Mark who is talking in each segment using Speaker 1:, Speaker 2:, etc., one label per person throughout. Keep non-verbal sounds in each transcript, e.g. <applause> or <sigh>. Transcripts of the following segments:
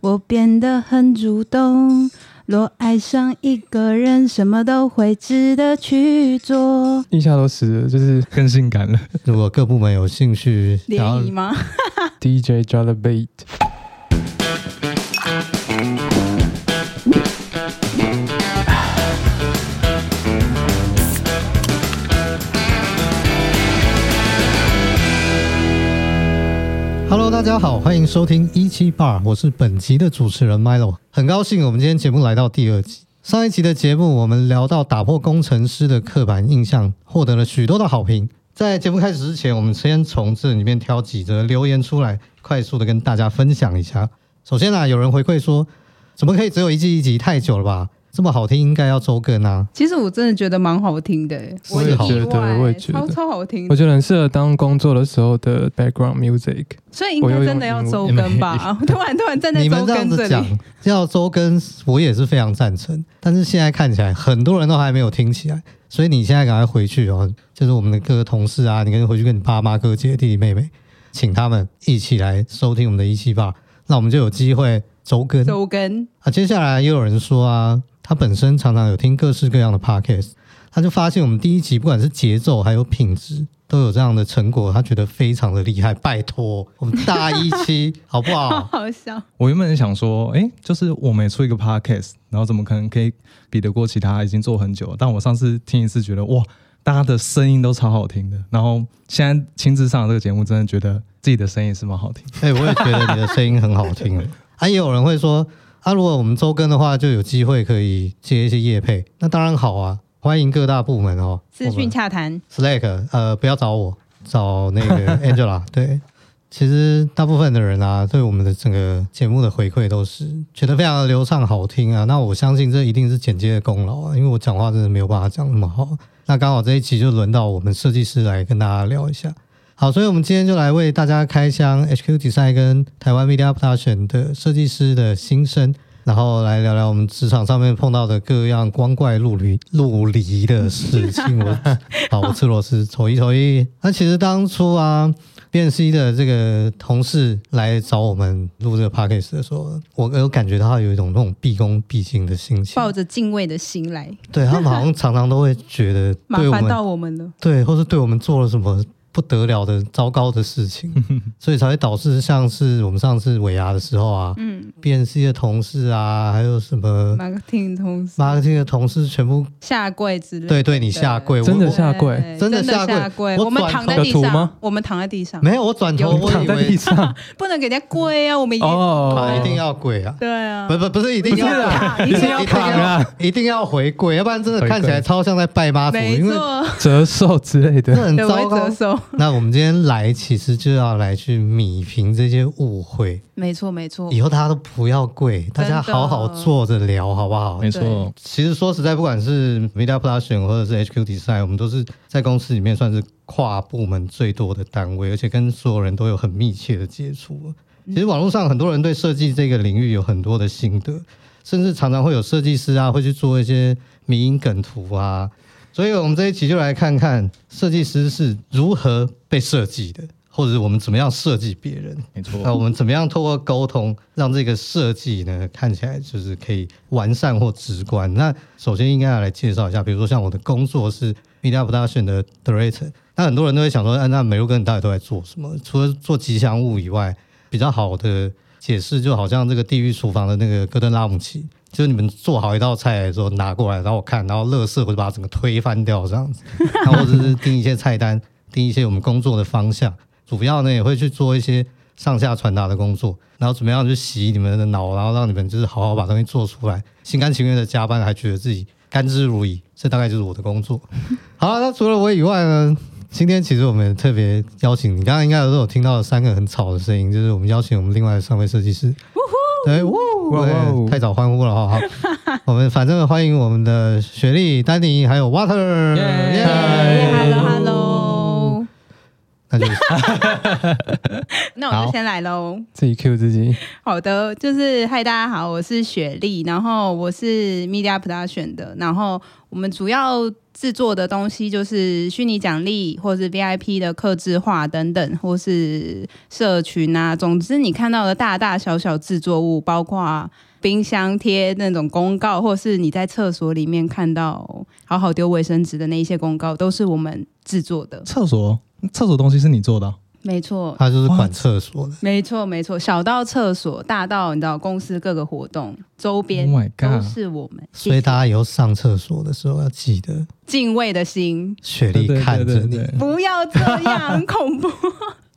Speaker 1: 我变得很主动。若爱上一个人，什么都会值得去做。
Speaker 2: 一下都死了，就是更性感 <laughs> 了。
Speaker 3: 如果各部门有兴趣，然后
Speaker 1: 联谊
Speaker 2: <laughs>
Speaker 1: 吗？
Speaker 2: DJ j a l a b a t
Speaker 3: ，Hello，大家好，欢迎收听一七 Bar，我是本集的主持人 Milo，很高兴我们今天节目来到第二集。上一集的节目，我们聊到打破工程师的刻板印象，获得了许多的好评。在节目开始之前，我们先从这里面挑几则留言出来，快速的跟大家分享一下。首先啊，有人回馈说，怎么可以只有一季一集？太久了吧？这么好听，应该要周更啊！
Speaker 1: 其实我真的觉得蛮好听的、欸，
Speaker 2: 我
Speaker 3: 也
Speaker 1: 意
Speaker 2: 觉得
Speaker 1: 外
Speaker 2: 我也觉
Speaker 1: 超
Speaker 2: 得
Speaker 1: 超好听
Speaker 2: 我，觉得很适合当工作的时候的 background music。
Speaker 1: 所以应该真的要周更吧？ <laughs> 啊突然突然站在
Speaker 3: 你们
Speaker 1: 周
Speaker 3: 这样
Speaker 1: 更
Speaker 3: 子
Speaker 1: 这
Speaker 3: 讲
Speaker 1: 里，
Speaker 3: 要周更，我也是非常赞成。但是现在看起来，很多人都还没有听起来，所以你现在赶快回去哦，就是我们的各个同事啊，你跟回去跟你爸妈、哥姐、弟弟、妹妹，请他们一起来收听我们的一七八，那我们就有机会周更
Speaker 1: 周更
Speaker 3: 啊。接下来又有人说啊，他本身常常有听各式各样的 podcast，他就发现我们第一集不管是节奏还有品质。都有这样的成果，他觉得非常的厉害。拜托，我们大一期 <laughs> 好不
Speaker 1: 好
Speaker 3: 好？
Speaker 1: 好笑。
Speaker 4: 我原本是想说，哎、就是我每出一个 podcast，然后怎么可能可以比得过其他已经做很久了？但我上次听一次，觉得哇，大家的声音都超好听的。然后现在亲自上这个节目，真的觉得自己的声音是蛮好听的。
Speaker 3: 哎、我也觉得你的声音很好听啊。啊，也有人会说，啊，如果我们周更的话，就有机会可以接一些业配，那当然好啊，欢迎各大部门哦。
Speaker 1: 资讯洽谈，
Speaker 3: 我们 Slack，呃，不要找我，找那
Speaker 1: <laughs>
Speaker 3: 个 Angela。对，其实大部分的人啊，对我们的整个节目的回馈都是觉得非常的流畅好听啊。那我相信这一定是剪接的功劳啊，因为我讲话真的没有办法讲那么好。那刚好这一集就轮到我们设计师来跟大家聊一下。好，所以我们今天就来为大家开箱 HQ Design 跟台湾 Media Production 的设计师的心声，然后来聊聊我们职场上面碰到的各样光怪陆离、陆离的事
Speaker 1: <laughs>
Speaker 3: 情。我好，我吃螺丝，瞅一瞅一。那其实当初啊。辨析的这个同事来找我们录这个 podcast 的时候，我有感觉到他有一种那种毕恭毕敬的心情，
Speaker 1: 抱着敬畏的心来，
Speaker 3: 对他们
Speaker 1: <laughs>
Speaker 3: 好像常常都会觉得
Speaker 1: 麻
Speaker 3: 对我
Speaker 1: 烦
Speaker 3: 们
Speaker 1: 到我们了。
Speaker 3: 对，或是对我们做了什么不得了的糟糕的
Speaker 2: <laughs>
Speaker 3: 事情，所以才会导致像是我们上次尾牙的时候啊，
Speaker 1: 嗯，
Speaker 3: ，BNC 的同事啊，还有什么
Speaker 1: 马克听同事
Speaker 3: marketing 的同事，全部
Speaker 1: 下跪之类的，
Speaker 3: 对对你下跪，我
Speaker 2: 真的
Speaker 3: 我
Speaker 2: 下跪
Speaker 1: 对
Speaker 3: 真的下跪
Speaker 1: 下跪，
Speaker 3: 我
Speaker 1: 我们
Speaker 3: 转
Speaker 1: 躺在
Speaker 2: 头
Speaker 1: 地
Speaker 2: 有图
Speaker 1: 上
Speaker 2: 吗，
Speaker 1: 我们躺在地上，
Speaker 3: 没有，我转头
Speaker 1: 有
Speaker 3: 我
Speaker 2: 躺
Speaker 3: 以
Speaker 2: 在地
Speaker 3: 为
Speaker 2: 上
Speaker 1: 不能给人家跪啊，我们一定
Speaker 2: 哦
Speaker 3: 他，一定要跪啊，
Speaker 1: 对啊，
Speaker 3: 不不不是一定
Speaker 1: 不是
Speaker 3: 要跪
Speaker 1: 啊。<laughs>
Speaker 2: 一
Speaker 1: 一定
Speaker 2: 定
Speaker 1: 要
Speaker 2: 要
Speaker 3: 一定
Speaker 2: 躺
Speaker 3: 要
Speaker 2: 啊，
Speaker 3: <laughs> 一定要回跪，要不然真的
Speaker 2: 回
Speaker 3: 看起来
Speaker 2: 跪
Speaker 3: 超像在拜妈祖，
Speaker 1: 没
Speaker 3: 因为
Speaker 1: 错，
Speaker 2: 折寿之类
Speaker 3: 这 <laughs>
Speaker 2: 的。
Speaker 3: 很
Speaker 1: 对，我
Speaker 3: 糟
Speaker 1: 会
Speaker 3: 糕
Speaker 1: 折。寿。
Speaker 3: 那我们今天来，其实就要来去米平这些误会。
Speaker 1: 没错，没错
Speaker 3: 以后大家都不要跪，大家好好坐着聊，好不好？
Speaker 4: 哦没
Speaker 1: 对
Speaker 4: 错，
Speaker 3: 其实说实在，不管是 Media Production 或者是 HQ Design，我们都是在公司里面算是跨部门最多的单位，而且跟所有人都有很密切的接触。其实网络上很多人对设计这个领域有很多的心得，甚至常常会有设计师啊会去做一些迷因梗图啊。所以我们这一期就来看看设计师是如何被设计的，或者是我们怎么样设计别人。那
Speaker 4: 没错。
Speaker 3: 呃我们怎么样透过沟通，让这个设计呢看起来就是可以完善或直观？那首先应该要来介绍一下，比如说像我的工作是 Media Production 的 Director，那很多人都会想说，啊、那美露哥你到底都在做什么？除了做吉祥物以外，比较好的解释就好像这个地狱厨房的那个戈登拉姆齐，就是你们做好一道菜的时候拿过来，然后我看，然后乐色我就把它整个推翻掉这样子，然后或者是定一些菜单，定一些我们工作的方向，主要呢也会去做一些上下传达的工作，然后怎么样去洗你们的脑，然后让你们就是好好把东西做出来，心甘情愿的加班，还觉得自己甘之如饴，这大概就是我的工作。 <laughs> 好了，那除了我以外呢？今天其实我们特别邀请你，刚刚应该都有听到三个很吵的声音，就是我们邀请我们另外的三位设计师。对，呜
Speaker 2: 哇
Speaker 3: 对
Speaker 2: 哦
Speaker 3: 太早欢呼了哈！好，我们反正欢迎我们的雪莉、丹尼还有 Water，
Speaker 4: 耶
Speaker 3: 耶
Speaker 2: 嗨
Speaker 1: Hello，Hello，
Speaker 3: 那就是
Speaker 1: 那我就
Speaker 4: 好
Speaker 1: 先来喽。
Speaker 2: 自己 Q 自己，
Speaker 1: 好的，就是嗨，大家好，我是雪莉，然后我是 Media Production 的，然后我们主要制作的东西就是虚拟奖励，或是 VIP 的克制化等等，或是社群啊，总之你看到的大大小小制作物，包括冰箱贴那种公告，或是你在厕所里面看到好好丢卫生纸的那一些公告，都是我们制作的。
Speaker 4: 厕所厕所东西是你做的啊、
Speaker 1: 没错，
Speaker 3: 他就是管厕所的。
Speaker 1: 没错，没错，小到厕所，大到你知道公司各个活动周
Speaker 4: o h
Speaker 1: 边
Speaker 4: my
Speaker 1: 都
Speaker 4: god！
Speaker 1: 是我们。
Speaker 3: Oh 所以大家以后上厕所的时候要记得
Speaker 1: 敬畏的心，
Speaker 3: 雪
Speaker 4: 对
Speaker 3: 莉
Speaker 4: 对
Speaker 3: 看
Speaker 4: 对
Speaker 3: 着
Speaker 4: 对
Speaker 3: 你。
Speaker 4: 对。
Speaker 1: 不要这样，
Speaker 3: <laughs>
Speaker 1: 很恐怖。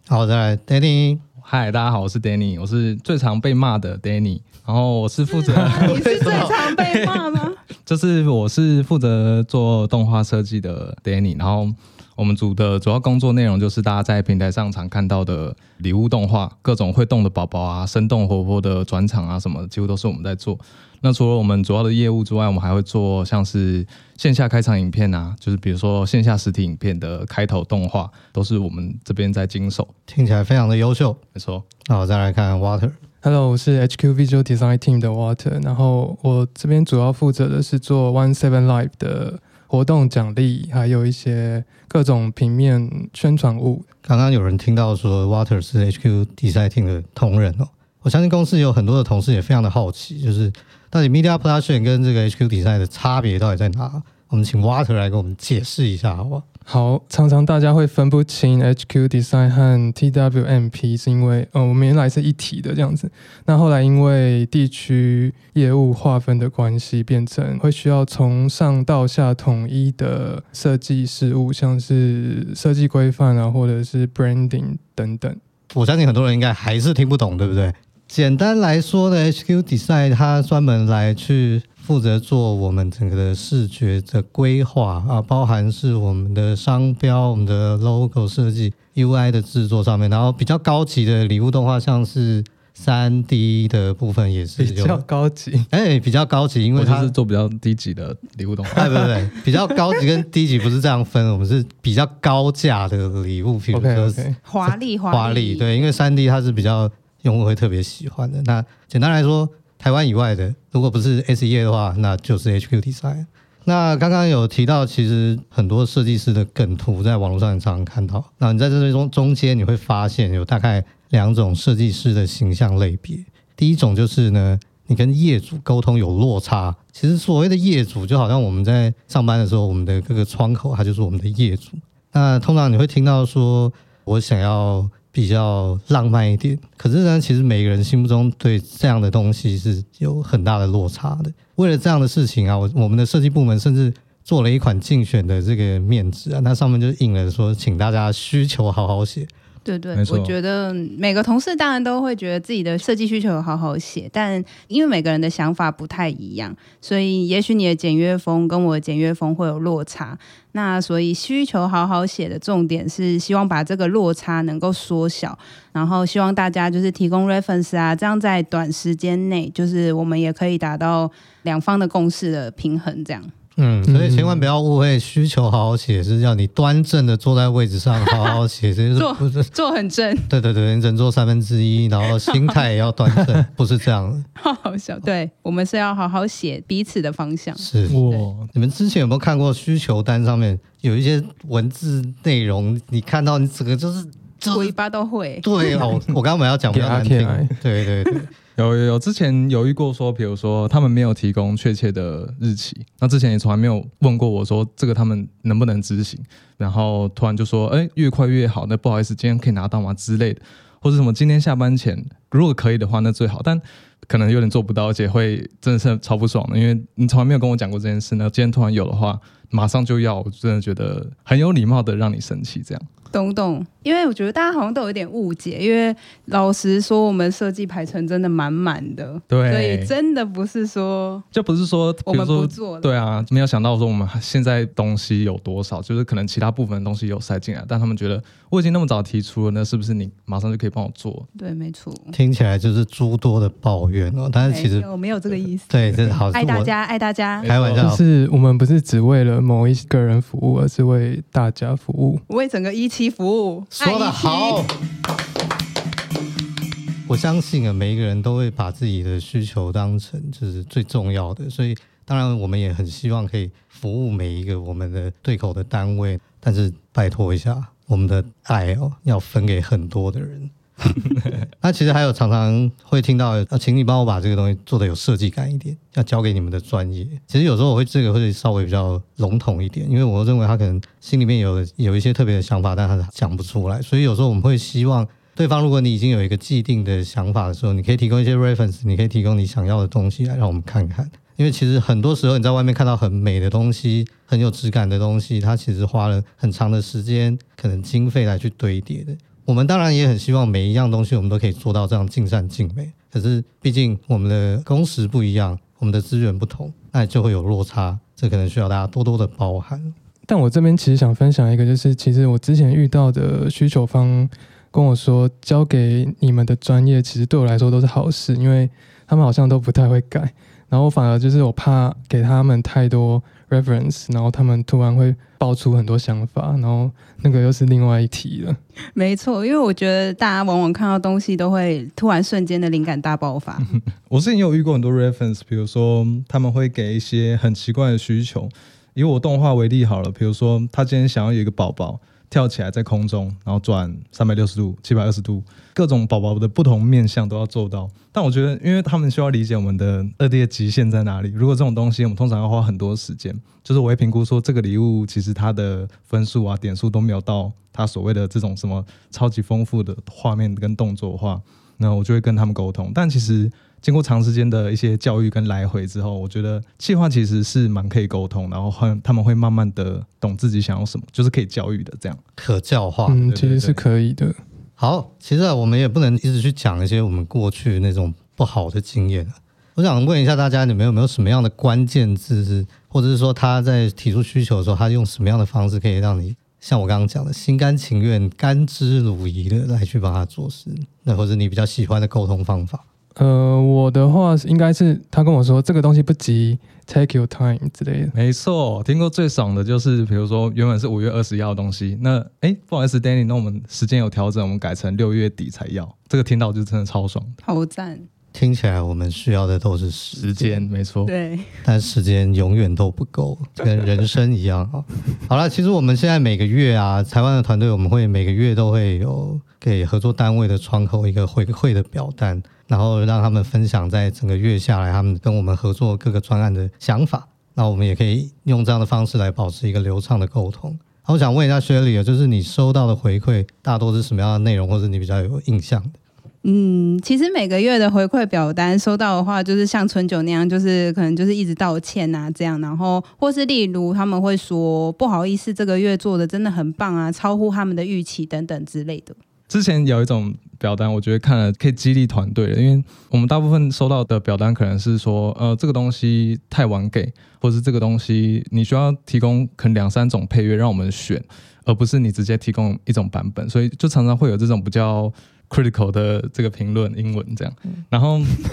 Speaker 3: 好，再来 d a n n y
Speaker 4: 嗨，大家好，我是 Danny，我是最常被骂的 Danny，然后我是负 <laughs> 责，
Speaker 1: 你是最常被骂吗？
Speaker 4: 就是我是负责做动画设计的 Danny，然后我们组的主要工作内容就是大家在平台上常看到的礼物动画，各种会动的宝宝啊，生动活泼的转场啊什么的，几乎都是我们在做。那除了我们主要的业务之外，我们还会做像是线下开场影片啊，就是比如说线下实体影片的开头动画，都是我们这边在经手。
Speaker 3: 听起来非常的优秀。
Speaker 4: 没错，
Speaker 3: 那我再来看 Water，
Speaker 2: Hello，我是 HQ Visual Design Team 的 Water，然后我这边主要负责的是做 One Seven Live 的活动奖励，还有一些各种平面宣传物。
Speaker 3: 刚刚有人听到说 Water 是 HQ Design Team 的同仁哦，我相信公司有很多的同事也非常的好奇，就是到底 Media Production 跟这个 HQ Design 的差别到底在哪？我们请 Water 来给我们解释一下，好不好？
Speaker 2: 好，常常大家会分不清 HQ Design 和 TWMP，是因为呃我们原来是一体的这样子，那后来因为地区业务划分的关系，变成会需要从上到下统一的设计事务，像是设计规范啊，或者是 branding 等等。
Speaker 3: 我相信很多人应该还是听不懂，对不对？简单来说呢，HQ Design 它专门来去负责做我们整个的视觉的规划啊，包含是我们的商标、我们的 logo 设计、UI 的制作上面，然后比较高级的礼物动画，像是三 D 的部分也是
Speaker 2: 比较
Speaker 3: 有，
Speaker 2: 高级。
Speaker 3: 哎、比较高级，因为
Speaker 4: 我就
Speaker 3: 它
Speaker 4: 是做比较低级的礼物动画。
Speaker 3: 哎，不 <laughs> 对，比较高级跟低级不是这样分，我们是比较高价的礼物，比如
Speaker 2: OK
Speaker 3: 说
Speaker 2: OK，
Speaker 1: 华丽，
Speaker 3: 华丽，，对，因为三 D 它是比较用户会特别喜欢的。那简单来说，台湾以外的，如果不是 S E 业的话，那就是 HQ Design。那刚刚有提到，其实很多设计师的梗图在网络上很常看到。那你在这中中间，你会发现有大概两种设计师的形象类别。第一种就是呢，你跟业主沟通有落差。其实所谓的业主，就好像我们在上班的时候，我们的各个窗口，它就是我们的业主。那通常你会听到说，我想要比较浪漫一点。可是呢，其实每个人心目中对这样的东西是有很大的落差的。为了这样的事情啊，我我们的设计部门甚至做了一款竞选的这个面纸啊，那上面就印了说，请大家需求好好写。
Speaker 1: 对对
Speaker 4: 没，错
Speaker 1: 我觉得每个同事当然都会觉得自己的设计需求有好好写，但因为每个人的想法不太一样，所以也许你的简约风跟我的简约风会有落差。那所以需求好好写的重点是希望把这个落差能够缩小，然后希望大家就是提供 reference 啊，这样在短时间内就是我们也可以达到两方的共识的平衡，这样。
Speaker 3: 嗯，所以
Speaker 2: 嗯
Speaker 3: 千万不要误会，需求好好写是要你端正的坐在位置上好好 <laughs> 写，这就是
Speaker 1: 坐
Speaker 3: 不是？
Speaker 1: 做很正， <laughs>
Speaker 3: 对对对，你只能做三分之一，然后心态也要端 <laughs> 正，不是这样的。
Speaker 1: 好好笑。对我们是要好好写彼此的方向。
Speaker 3: 是
Speaker 4: 哇，
Speaker 3: 你们之前有没有看过需求单上面有一些文字内容？你看到你整个就是就
Speaker 1: 尾
Speaker 3: 是
Speaker 1: 巴都会，
Speaker 3: 对啊！我
Speaker 1: <laughs>
Speaker 3: 我刚刚本来要讲比较难听
Speaker 2: 给阿
Speaker 1: 啊
Speaker 2: K 来，
Speaker 3: 对对对，
Speaker 4: 有有有，之前有遇过说，比如说他们没有提供确切的日期，那之前也从来没有问过我说这个他们能不能执行，然后突然就说，哎、越快越好，那不好意思，今天可以拿到吗之类的，或者什么今天下班前如果可以的话，那最好，但可能有点做不到，而且会真的是超不爽的，因为你从来没有跟我讲过这件事，那今天突然有的话，马上就要，我真的觉得很有礼貌的让你生气这样。
Speaker 1: 懂懂。因为我觉得大家好像都有点误解，因为老实说，我们设计排程真的满满的，
Speaker 4: 对
Speaker 1: 所以真的不是说
Speaker 4: 就不是说，
Speaker 1: 我
Speaker 4: 比
Speaker 1: 们
Speaker 4: 如
Speaker 1: 不
Speaker 4: 说
Speaker 1: 做了。
Speaker 4: 对啊，没有想到说我们现在东西有多少，就是可能其他部分的东西有塞进来，但他们觉得我已经那么早提出了，那是不是你马上就可以帮我做？
Speaker 1: 对，没错。哎
Speaker 3: 听起来就是诸多的抱怨哦。但是其
Speaker 1: 没
Speaker 3: 实
Speaker 1: 有没有这个意思，
Speaker 3: 对，这好是
Speaker 1: 爱大
Speaker 3: 我
Speaker 1: 家，爱大家。
Speaker 3: 开玩
Speaker 2: 就
Speaker 3: 笑，
Speaker 2: 是我们不是只为了某一个人服务，而是为大家服务。
Speaker 1: 为整个一期服务，
Speaker 3: 说的
Speaker 1: 爱一期
Speaker 3: 好。我相信啊，每一个人都会把自己的需求当成就是最重要的，所以当然，我们也很希望可以服务每一个我们的对口的单位，但是拜托一下，我们的爱哦要分给很多的人。那其实还有常常会听到，啊，请你帮我把这个东西做的有设计感一点，要交给你们的专业。其实有时候我会这个会稍微比较笼统一点，因为我认为他可能心里面有有一些特别的想法，但他讲不出来。所以有时候我们会希望对方，如果你已经有一个既定的想法的时候，你可以提供一些 reference，你可以提供你想要的东西来让我们看看。因为其实很多时候你在外面看到很美的东西、很有质感的东西，它其实花了很长的时间，可能经费来去堆叠的。我们当然也很希望每一样东西我们都可以做到这样尽善尽美，可是毕竟我们的工时不一样，我们的资源不同，那就会有落差，这可能需要大家多多的包涵。
Speaker 2: 但我这边其实想分享一个，就是其实我之前遇到的需求方跟我说，交给你们的专业，其实对我来说都是好事，因为他们好像都不太会改，然后反而就是我怕给他们太多 reference，然后他们突然会爆出很多想法，然后那个又是另外一题了。
Speaker 1: <laughs> 没错，因为我觉得大家往往看到东西都会突然瞬间的灵感大爆发。
Speaker 4: 我之前也有遇过很多 reference，比如说他们会给一些很奇怪的需求。以我动画为例好了，比如说他今天想要有一个宝宝跳起来在空中，然后转三百六十度、七百二十度，各种宝宝的不同面向都要做到。但我觉得，因为他们需要理解我们的二 D 的极限在哪里。如果这种东西，我们通常要花很多时间，就是我会评估说这个礼物其实它的分数啊、点数都没有到它所谓的这种什么超级丰富的画面跟动作化，那我就会跟他们沟通。但其实经过长时间的一些教育跟来回之后，我觉得计划其实是蛮可以沟通，然后很他们会慢慢的懂自己想要什么，就是可以教育的这样。
Speaker 3: 可教化，
Speaker 2: 嗯，
Speaker 4: 对对
Speaker 2: 其实是可以的。
Speaker 3: 好，其实啊，我们也不能一直去讲一些我们过去那种不好的经验啊。我想问一下大家，你们有没有什么样的关键字是，或者是说他在提出需求的时候，他用什么样的方式可以让你像我刚刚讲的，心甘情愿、甘之如饴的来去帮他做事？那或者你比较喜欢的沟通方法？
Speaker 2: 呃，我的话是应该是他跟我说这个东西不急，take your time 之类的。
Speaker 4: 没错，听过最爽的就是，比如说原本是五月二十要的东西，那哎、诶不好意思，Danny，那我们时间有调整，我们改成六月底才要。这个听到就真的超爽。
Speaker 1: 好赞，
Speaker 3: 听起来我们需要的都是时间，
Speaker 4: 没错，
Speaker 1: 对，
Speaker 3: 但时间永远都不够，跟人生一样 <laughs> 啊。好了，其实我们现在每个月啊，台湾的团队我们会每个月都会有给合作单位的窗口一个回馈的表单，然后让他们分享在整个月下来他们跟我们合作各个专案的想法。那我们也可以用这样的方式来保持一个流畅的沟通。好，我想问一下薛礼，就是你收到的回馈大多是什么样的内容，或者你比较有印象的？
Speaker 1: 嗯，其实每个月的回馈表单收到的话，就是像春酒那样，就是可能就是一直道歉啊这样，然后或是例如他们会说不好意思，这个月做的真的很棒啊，超乎他们的预期等等之类的。
Speaker 4: 之前有一种表单，我觉得看了可以激励团队的，因为我们大部分收到的表单可能是说，呃，这个东西太晚给，或是这个东西你需要提供可能两三种配乐让我们选，而不是你直接提供一种版本，所以就常常会有这种比较 critical 的这个评论，英文这样。然后 <laughs>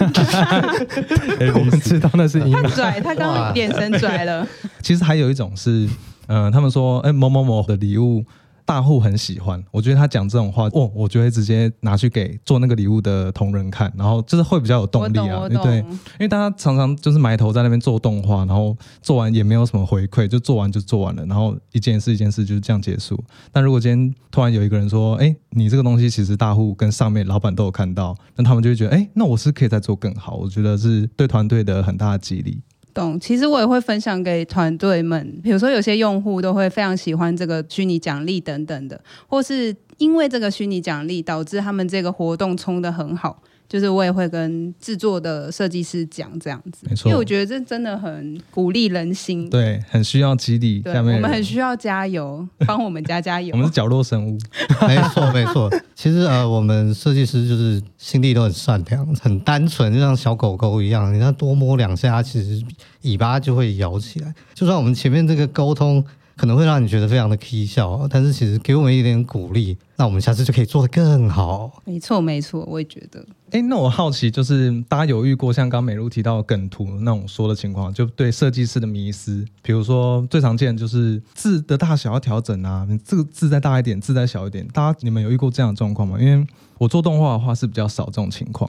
Speaker 4: 哎
Speaker 2: 我们知道那是因
Speaker 1: 他拽，他刚
Speaker 3: 哇
Speaker 1: 刚眼神拽了，
Speaker 4: 其实还有一种是，嗯、他们说，哎、某某某的礼物大户很喜欢，我觉得他讲这种话，哦，我就会直接拿去给做那个礼物的同仁看，然后就是会比较有动
Speaker 1: 我
Speaker 4: 力
Speaker 1: 懂
Speaker 4: 啊
Speaker 1: 我，
Speaker 4: 对对，因
Speaker 1: 懂，
Speaker 4: 为大家常常就是埋头在那边做动画，然后做完也没有什么回馈，就做完就做完了，然后一件事一件事就是这样结束。但如果今天突然有一个人说，哎、你这个东西其实大户跟上面老板都有看到，那他们就会觉得，哎、那我是可以再做更好，我觉得是对团队的很大的激励。
Speaker 1: 懂，其实我也会分享给团队们，比如说有些用户都会非常喜欢这个虚拟奖励等等的，或是因为这个虚拟奖励导致他们这个活动冲得很好，就是我也会跟制作的设计师讲这样子
Speaker 4: 没，错
Speaker 1: 因为我觉得这真的很鼓励人心。
Speaker 4: 对，很需要激励。
Speaker 1: 对，
Speaker 4: 下面
Speaker 1: 我
Speaker 4: 的
Speaker 1: 们
Speaker 4: 人
Speaker 1: 很需要加油，帮我们加加油
Speaker 4: 我。们是角落生物，
Speaker 3: <laughs> 没错，没错。其实呃，我们设计师就是心地都很善良，很单纯，就像小狗狗一样。你让它多摸两下，它其实尾巴就会摇起来。就算我们前面这个沟通可能会让你觉得非常的蹊跷啊，但是其实给我们一点鼓励，那我们下次就可以做得更好。
Speaker 1: 没错，没错，我也觉得。
Speaker 4: 哎、那我好奇，就是大家有遇过像刚刚美露提到的梗图那种说的情况，就对设计师的迷失，比如说最常见就是字的大小要调整啊，你这个字再大一点，字再小一点，大家你们有遇过这样的状况吗？因为我做动画的话是比较少这种情况，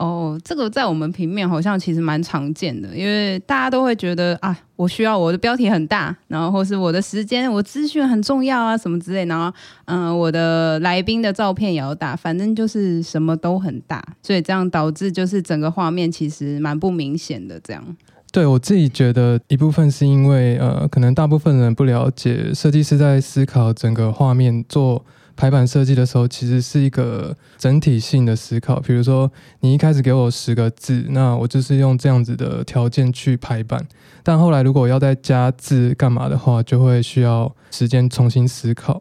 Speaker 1: 哦，这个在我们平面好像其实蛮常见的，因为大家都会觉得啊，我需要我的标题很大，然后或是我的时间、我资讯很重要啊什么之类，然后嗯、我的来宾的照片也要大，反正就是什么都很大，所以这样导致就是整个画面其实蛮不明显的这样。
Speaker 2: 对我自己觉得一部分是因为呃，可能大部分人不了解设计师在思考整个画面做排版设计的时候，其实是一个整体性的思考。比如说，你一开始给我十个字，那我就是用这样子的条件去排版，但后来如果要再加字干嘛的话，就会需要时间重新思考。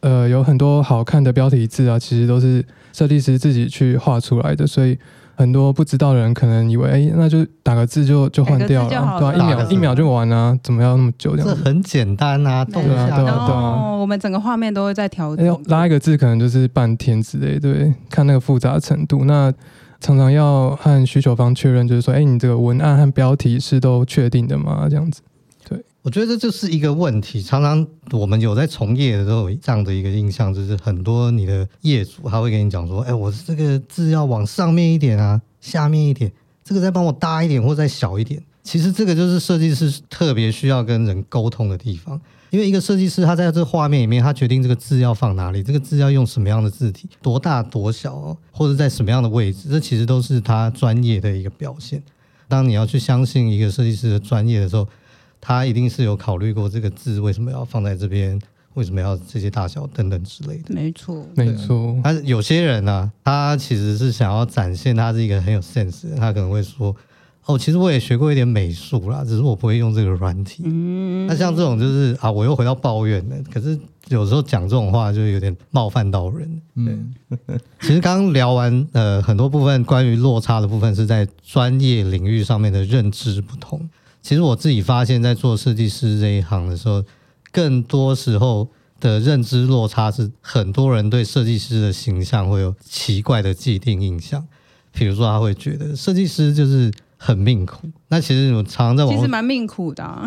Speaker 2: 呃，有很多好看的标题字啊，其实都是设计师自己去画出来的，所以很多不知道的人可能以为，哎、那就打个字就就换掉
Speaker 1: 打个字就好
Speaker 2: 对啊，
Speaker 1: 了
Speaker 2: 一
Speaker 3: 打
Speaker 2: 秒
Speaker 3: 个字
Speaker 2: 一秒就完啊，怎么要那么久这
Speaker 3: 这
Speaker 2: 样子？
Speaker 3: 很简单啊，动一下
Speaker 2: 对啊对
Speaker 1: 然
Speaker 2: 啊对啊
Speaker 1: 后我们整个画面都会在调
Speaker 2: 哎
Speaker 1: 整。
Speaker 2: 呦，拉一个字可能就是半天之类，对，看那个复杂程度。那常常要和需求方确认，就是说，哎、你这个文案和标题是都确定的吗？这样子。
Speaker 3: 我觉得这就是一个问题，常常我们有在从业的时候有这样的一个印象，就是很多你的业主他会跟你讲说：“哎，我这个字要往上面一点啊，下面一点，这个再帮我大一点或再小一点。”其实这个就是设计师特别需要跟人沟通的地方，因为一个设计师他在这画面里面，他决定这个字要放哪里，这个字要用什么样的字体，多大多小、哦，或者在什么样的位置，这其实都是他专业的一个表现。当你要去相信一个设计师的专业的时候，他一定是有考虑过这个字为什么要放在这边，为什么要这些大小等等之类的。
Speaker 1: 没错，
Speaker 2: 没错，
Speaker 3: 但是有些人呢、他其实是想要展现他是一个很有 sense，的人他可能会说：“哦，其实我也学过一点美术啦，只是我不会用这个软体。”嗯，那像这种就是啊，我又回到抱怨了。可是有时候讲这种话就有点冒犯到人。
Speaker 4: 嗯，
Speaker 3: 其实刚刚聊完，呃，很多部分关于落差的部分是在专业领域上面的认知不同。其实我自己发现，在做设计师这一行的时候，更多时候的认知落差是很多人对设计师的形象会有奇怪的既定印象。比如说，他会觉得设计师就是很命苦。那其实我常常在网
Speaker 1: 其实
Speaker 3: 络，
Speaker 1: 蛮命苦的、啊。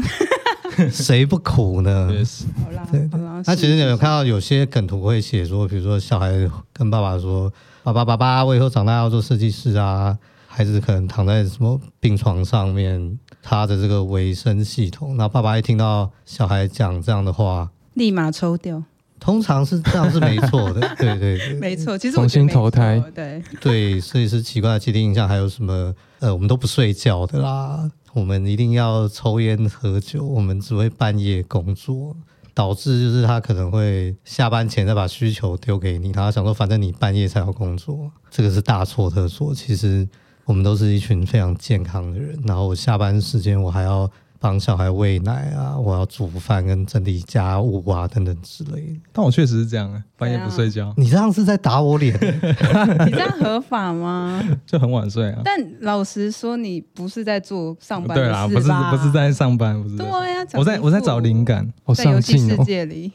Speaker 3: 谁不苦呢？
Speaker 4: 也是，
Speaker 1: <laughs> 好啦，好啦，
Speaker 3: 那
Speaker 1: 是
Speaker 3: 其实你有看到有些梗图会写说，比如说小孩跟爸爸说：“爸爸，爸爸，我以后长大要做设计师啊。”孩子可能躺在什么病床上面，他的这个维生系统，那爸爸一听到小孩讲这样的话，
Speaker 1: 立马抽掉。
Speaker 3: 通常是这样是没
Speaker 1: <laughs>
Speaker 3: 错的，对对对。
Speaker 1: 没错，其实
Speaker 2: 重
Speaker 1: 我觉得
Speaker 2: 新
Speaker 1: 没错
Speaker 2: 投胎
Speaker 1: 对，
Speaker 3: 对，所以是奇怪的既定印象，还有什么？呃，我们都不睡觉的啦，我们一定要抽烟喝酒，我们只会半夜工作，导致就是他可能会下班前再把需求丢给你，然后想说反正你半夜才要工作，这个是大错特错。其实我们都是一群非常健康的人，然后我下班时间我还要帮小孩喂奶啊，我要煮饭跟整理家务啊等等之类的。
Speaker 4: 但我确实是这样啊，半夜
Speaker 1: 怎样
Speaker 4: 不睡觉
Speaker 3: 你这样是在打我脸，
Speaker 1: <laughs> 你这样合法吗？
Speaker 4: <laughs> 就很晚睡啊。
Speaker 1: 但老实说，你不是在做上班的
Speaker 4: 对
Speaker 1: 事
Speaker 4: 啦，
Speaker 1: 吧？
Speaker 4: 不是不是在上班，不是在上班。
Speaker 1: 对呀、啊
Speaker 4: 我在我在找灵
Speaker 1: 感，
Speaker 4: 感，
Speaker 2: 好
Speaker 1: 在游
Speaker 2: 上
Speaker 1: 戏
Speaker 2: 进
Speaker 1: 世
Speaker 2: 哦。
Speaker 1: 界里，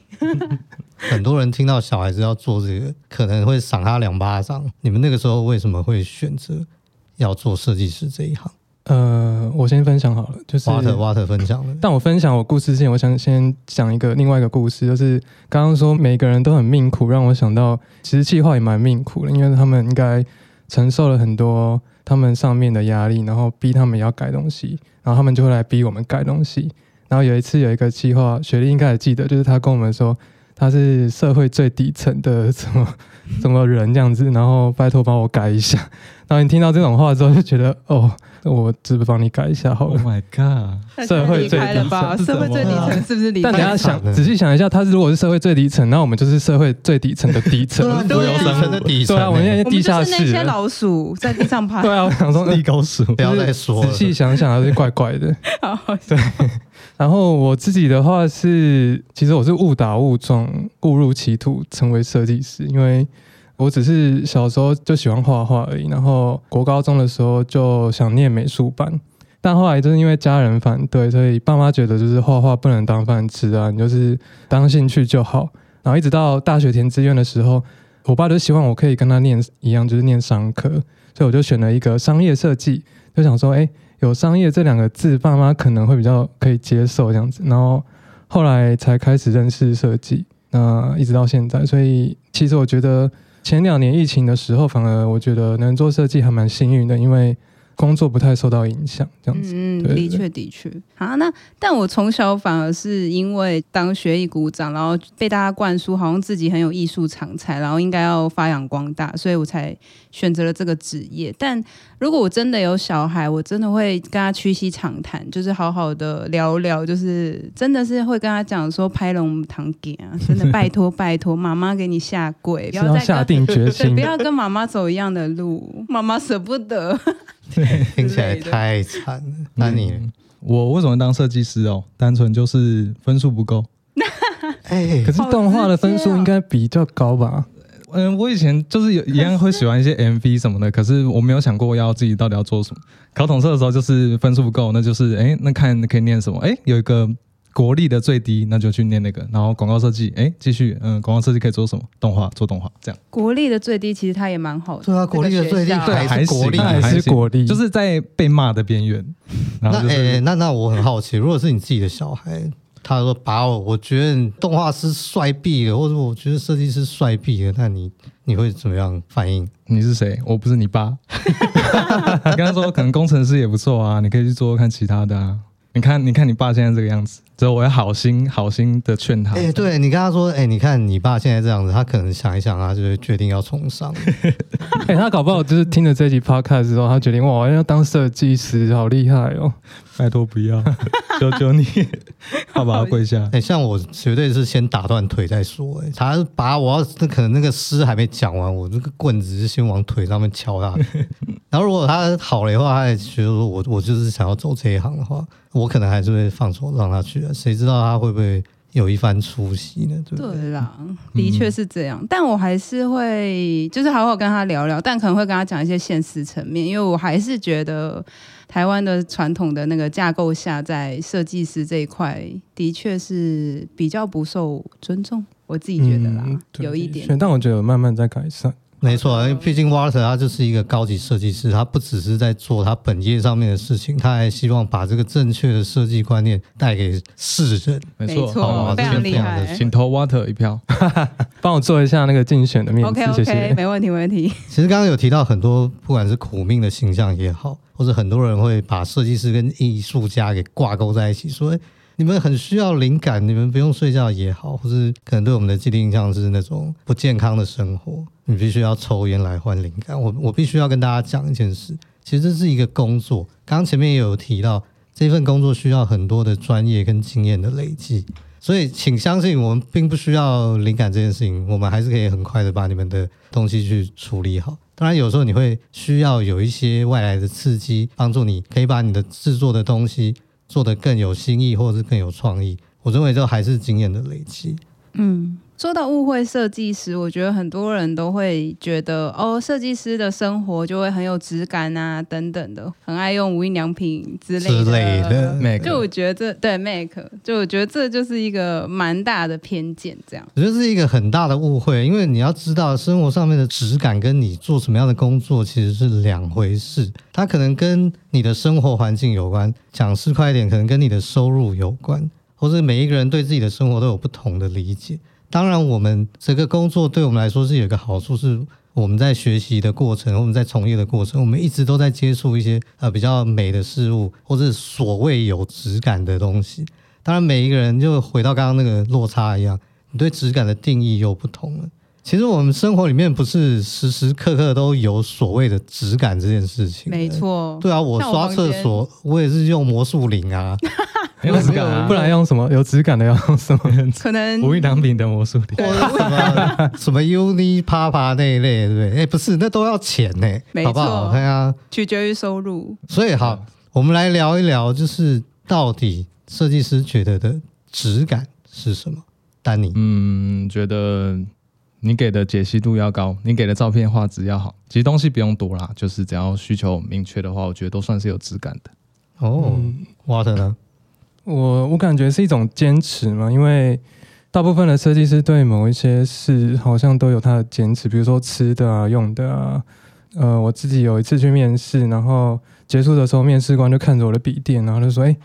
Speaker 3: 很多人听到小孩子要做这个，可能会赏他两巴掌。你们那个时候为什么会选择要做设计师这一行？
Speaker 2: 呃，我先分享好了，就是
Speaker 3: 瓦特瓦特分享了，
Speaker 2: 但我分享我故事之前，我想先讲一个另外一个故事，就是刚刚说每个人都很命苦，让我想到其实计划也蛮命苦的，因为他们应该承受了很多他们上面的压力，然后逼他们也要改东西，然后他们就会来逼我们改东西。然后有一次有一个计划，雪莉应该也记得，就是她跟我们说她是社会最底层的什么什么人这样子，然后拜托帮我改一下。 <laughs> 然后你听到这种话之后，就觉得哦，我只不帮你改一下好了
Speaker 4: Oh。my
Speaker 1: <laughs>
Speaker 4: god！
Speaker 2: 社会最
Speaker 1: 离开了吧？
Speaker 4: 底层是
Speaker 1: 社会最底
Speaker 4: 什么啊
Speaker 1: 层是不是离开？
Speaker 2: 但等一下
Speaker 3: 太惨了
Speaker 2: 想仔细想一下，他如果是社会最底层，那我们就是社会最底层的底层，
Speaker 3: 啊
Speaker 1: 对
Speaker 3: 底层的底层
Speaker 2: 对
Speaker 3: 欸，
Speaker 2: 啊，我们现在
Speaker 1: 我
Speaker 2: 地
Speaker 1: 们就
Speaker 2: 下
Speaker 1: 是那
Speaker 2: 室
Speaker 1: 些
Speaker 2: 了。
Speaker 1: 老鼠在地上爬，
Speaker 2: <laughs> 对啊，我想
Speaker 4: <laughs>
Speaker 2: 说，
Speaker 4: 地沟鼠，
Speaker 3: 不要再说了
Speaker 2: 仔。细想想还是怪怪的。
Speaker 1: <laughs> 好好笑
Speaker 2: 然后我自己的话是，其实我是误打误撞误入歧途成为设计师，因为我只是小时候就喜欢画画而已，然后国高中的时候就想念美术班，但后来就是因为家人反对，所以爸妈觉得就是画画不能当饭吃啊，你就是当兴趣就好。然后一直到大学填志愿的时候，我爸就希望我可以跟他念一样，就是念商科，所以我就选了一个商业设计，就想说，哎，有商业这两个字，爸妈可能会比较可以接受这样子。然后后来才开始认识设计，那一直到现在，所以其实我觉得前两年疫情的时候，反而我觉得能做设计还蛮幸运的，因为工作不太受到影响，这样子。
Speaker 1: 嗯，
Speaker 2: 对
Speaker 1: 的
Speaker 2: 对
Speaker 1: 确的确。好，那但我从小反而是因为当学艺鼓掌，然后被大家灌输好像自己很有艺术长才，然后应该要发扬光大，所以我才选择了这个职业。但如果我真的有小孩，我真的会跟他屈膝长谈，就是好好的聊聊，就是真的是会跟他讲说拍龙堂给啊，真的拜
Speaker 2: <laughs>
Speaker 1: 托拜托，妈妈给你下跪，不
Speaker 2: 是要
Speaker 1: 再
Speaker 2: 下
Speaker 1: 跟
Speaker 2: 定决心
Speaker 1: 不，要跟妈妈走一样的路，妈妈舍不得。
Speaker 3: 听起来
Speaker 1: 之类的
Speaker 3: 太惨了。那啊你，
Speaker 4: 嗯我为什么当设计师哦？单纯就是分数不够。
Speaker 3: 哎
Speaker 2: 可，是动画的分
Speaker 1: 好直接
Speaker 2: 数
Speaker 1: 哦
Speaker 2: 应该比较高吧？
Speaker 4: 嗯，我以前就
Speaker 3: <laughs>
Speaker 4: 是有一样会喜欢一些 MV 什么的，可是我没有想过要自己到底要做什么。考统测的时候就是分数不够，那就是哎，那看可以念什么？哎，有一个国立的最低，那就去念那个。然后广告设计，哎，继续，嗯，广告设计可以做什么？动画，做动画，这样。
Speaker 1: 国立的最低其实他也蛮好的，
Speaker 3: 对啊，国立的最低
Speaker 1: 这个学校
Speaker 3: 还是
Speaker 4: 还
Speaker 3: 国立
Speaker 4: 行
Speaker 2: 那
Speaker 3: 啊。
Speaker 2: 还是
Speaker 4: 行
Speaker 2: 国力，
Speaker 4: 就是在被骂的边缘。然后
Speaker 3: 那
Speaker 4: 就
Speaker 3: 哎、
Speaker 4: 是
Speaker 3: 那那我很好奇，如果是你自己的小孩，他说爸，我我觉得你动画师帅毙了，或者我觉得设计师帅毙了，那你你会怎么样反应？
Speaker 4: 你是谁？我不是你爸。 <laughs> 你跟他说，可能工程师也不错啊，你可以去做做看其他的啊。你看，你看你爸现在这个样子，之后我要好心好心的劝他。
Speaker 3: 哎、对你跟他说，哎、你看你爸现在这样子，他可能想一想，他就会决定要从商。
Speaker 2: <laughs> 哎、他搞不好就是听了这集 podcast 之后，他决定哇，我要当设计师，好厉害哦！
Speaker 4: 拜托不要， <laughs> 求
Speaker 2: <laughs>
Speaker 4: 求你，爸爸跪下。
Speaker 3: 哎、像我绝对是先打断腿再说、哎，他把我要那可能那个诗还没讲完，我这个棍子是先往腿上面敲 <laughs> 他。然后如果他好了以后，他也觉得说我我就是想要走这一行的话，我可能还是会放手让他去、啊，谁知道他会不会有一番出息呢？对不对？
Speaker 1: 对啦，
Speaker 3: 嗯
Speaker 1: 的确是这样，但我还是会就是好好跟他聊聊，但可能会跟他讲一些现实层面，因为我还是觉得台湾的传统的那个架构下，在设计师这一块的确是比较不受尊重，我自己觉得啦，
Speaker 2: 嗯对
Speaker 1: 有一点
Speaker 2: 的确但我觉得有慢慢在改善。
Speaker 3: 没错啊，因为毕竟 Water 他就是一个高级设计师，他不只是在做他本业上面的事情，他还希望把这个正确的设计观念带给世人。
Speaker 4: 没
Speaker 1: 没
Speaker 4: 错，
Speaker 1: 错
Speaker 4: 好好
Speaker 3: 非常
Speaker 4: 这个
Speaker 3: 厉害
Speaker 4: 的请投 Water 一票。
Speaker 2: 帮我做一下那个竞选的面子
Speaker 1: OK
Speaker 2: 谢
Speaker 1: OK，
Speaker 2: 谢。
Speaker 1: 没问题没问题，
Speaker 3: 其实刚刚有提到很多，不管是苦命的形象也好，或者很多人会把设计师跟艺术家给挂钩在一起，说、诶你们很需要灵感，你们不用睡觉也好，或是可能对我们的既定印象是那种不健康的生活，你必须要抽烟来换灵感。我我必须要跟大家讲一件事，其实这是一个工作，刚刚前面也有提到，这份工作需要很多的专业跟经验的累积。所以，请相信我们并不需要灵感这件事情，我们还是可以很快的把你们的东西去处理好。当然，有时候你会需要有一些外来的刺激，帮助你可以把你的制作的东西做得更有新意，或者是更有创意。我认为这还是经验的累积。
Speaker 1: 嗯。说到误会设计师，我觉得很多人都会觉得哦，设计师的生活就会很有质感啊，等等的，很爱用无印良品之类的。
Speaker 3: 之类的
Speaker 2: 嗯
Speaker 4: 每个
Speaker 1: 就我觉得这对 make，就我觉得这就是一个蛮大的偏见，这样。
Speaker 3: 我觉得是一个很大的误会，因为你要知道，生活上面的质感跟你做什么样的工作其实是两回事。它可能跟你的生活环境有关，讲市侩一点，可能跟你的收入有关，或是每一个人对自己的生活都有不同的理解。当然，我们这个工作对我们来说是有一个好处，是我们在学习的过程，我们在从业的过程，我们一直都在接触一些呃比较美的事物，或是所谓有质感的东西。当然，每一个人就回到刚刚那个落差一样。你对质感的定义又不同了。其实我们生活里面不是时时刻刻都有所谓的质感这件事情，
Speaker 1: 没。错，
Speaker 3: 对啊，我
Speaker 1: 像我
Speaker 3: 刷
Speaker 1: 房
Speaker 3: 厕
Speaker 1: 间
Speaker 3: 所，我也是用魔术灵啊。
Speaker 4: 没有质感啊，
Speaker 2: 不然用什么？有质感的要用什么？
Speaker 1: 可能
Speaker 4: <laughs> 无印良品的魔术里
Speaker 3: 或者 <laughs> 什么什么 Uni Papa 那一类，对不对？哎、不是，那都要钱呢、
Speaker 1: 没
Speaker 3: 好不好？
Speaker 1: 错
Speaker 3: 对啊，
Speaker 1: 取决于收
Speaker 2: <laughs>
Speaker 1: 入。
Speaker 3: 所以好，我们来聊一聊，就是到底设计师觉得的质感是什么？丹尼，
Speaker 4: 嗯，觉得你给的解析度要高，你给的照片画质要好。其实东西不用多啦，就是只要需求明确的话，我觉得都算是有质感的。
Speaker 3: 哦、w a t e r 呢？
Speaker 2: 我我感觉是一种坚持嘛，因为大部分的设计师对某一些事好像都有他的坚持，比如说吃的啊、用的啊。呃，我自己有一次去面试，然后结束的时候，面试官就看着我的笔电，然后就说：“哎、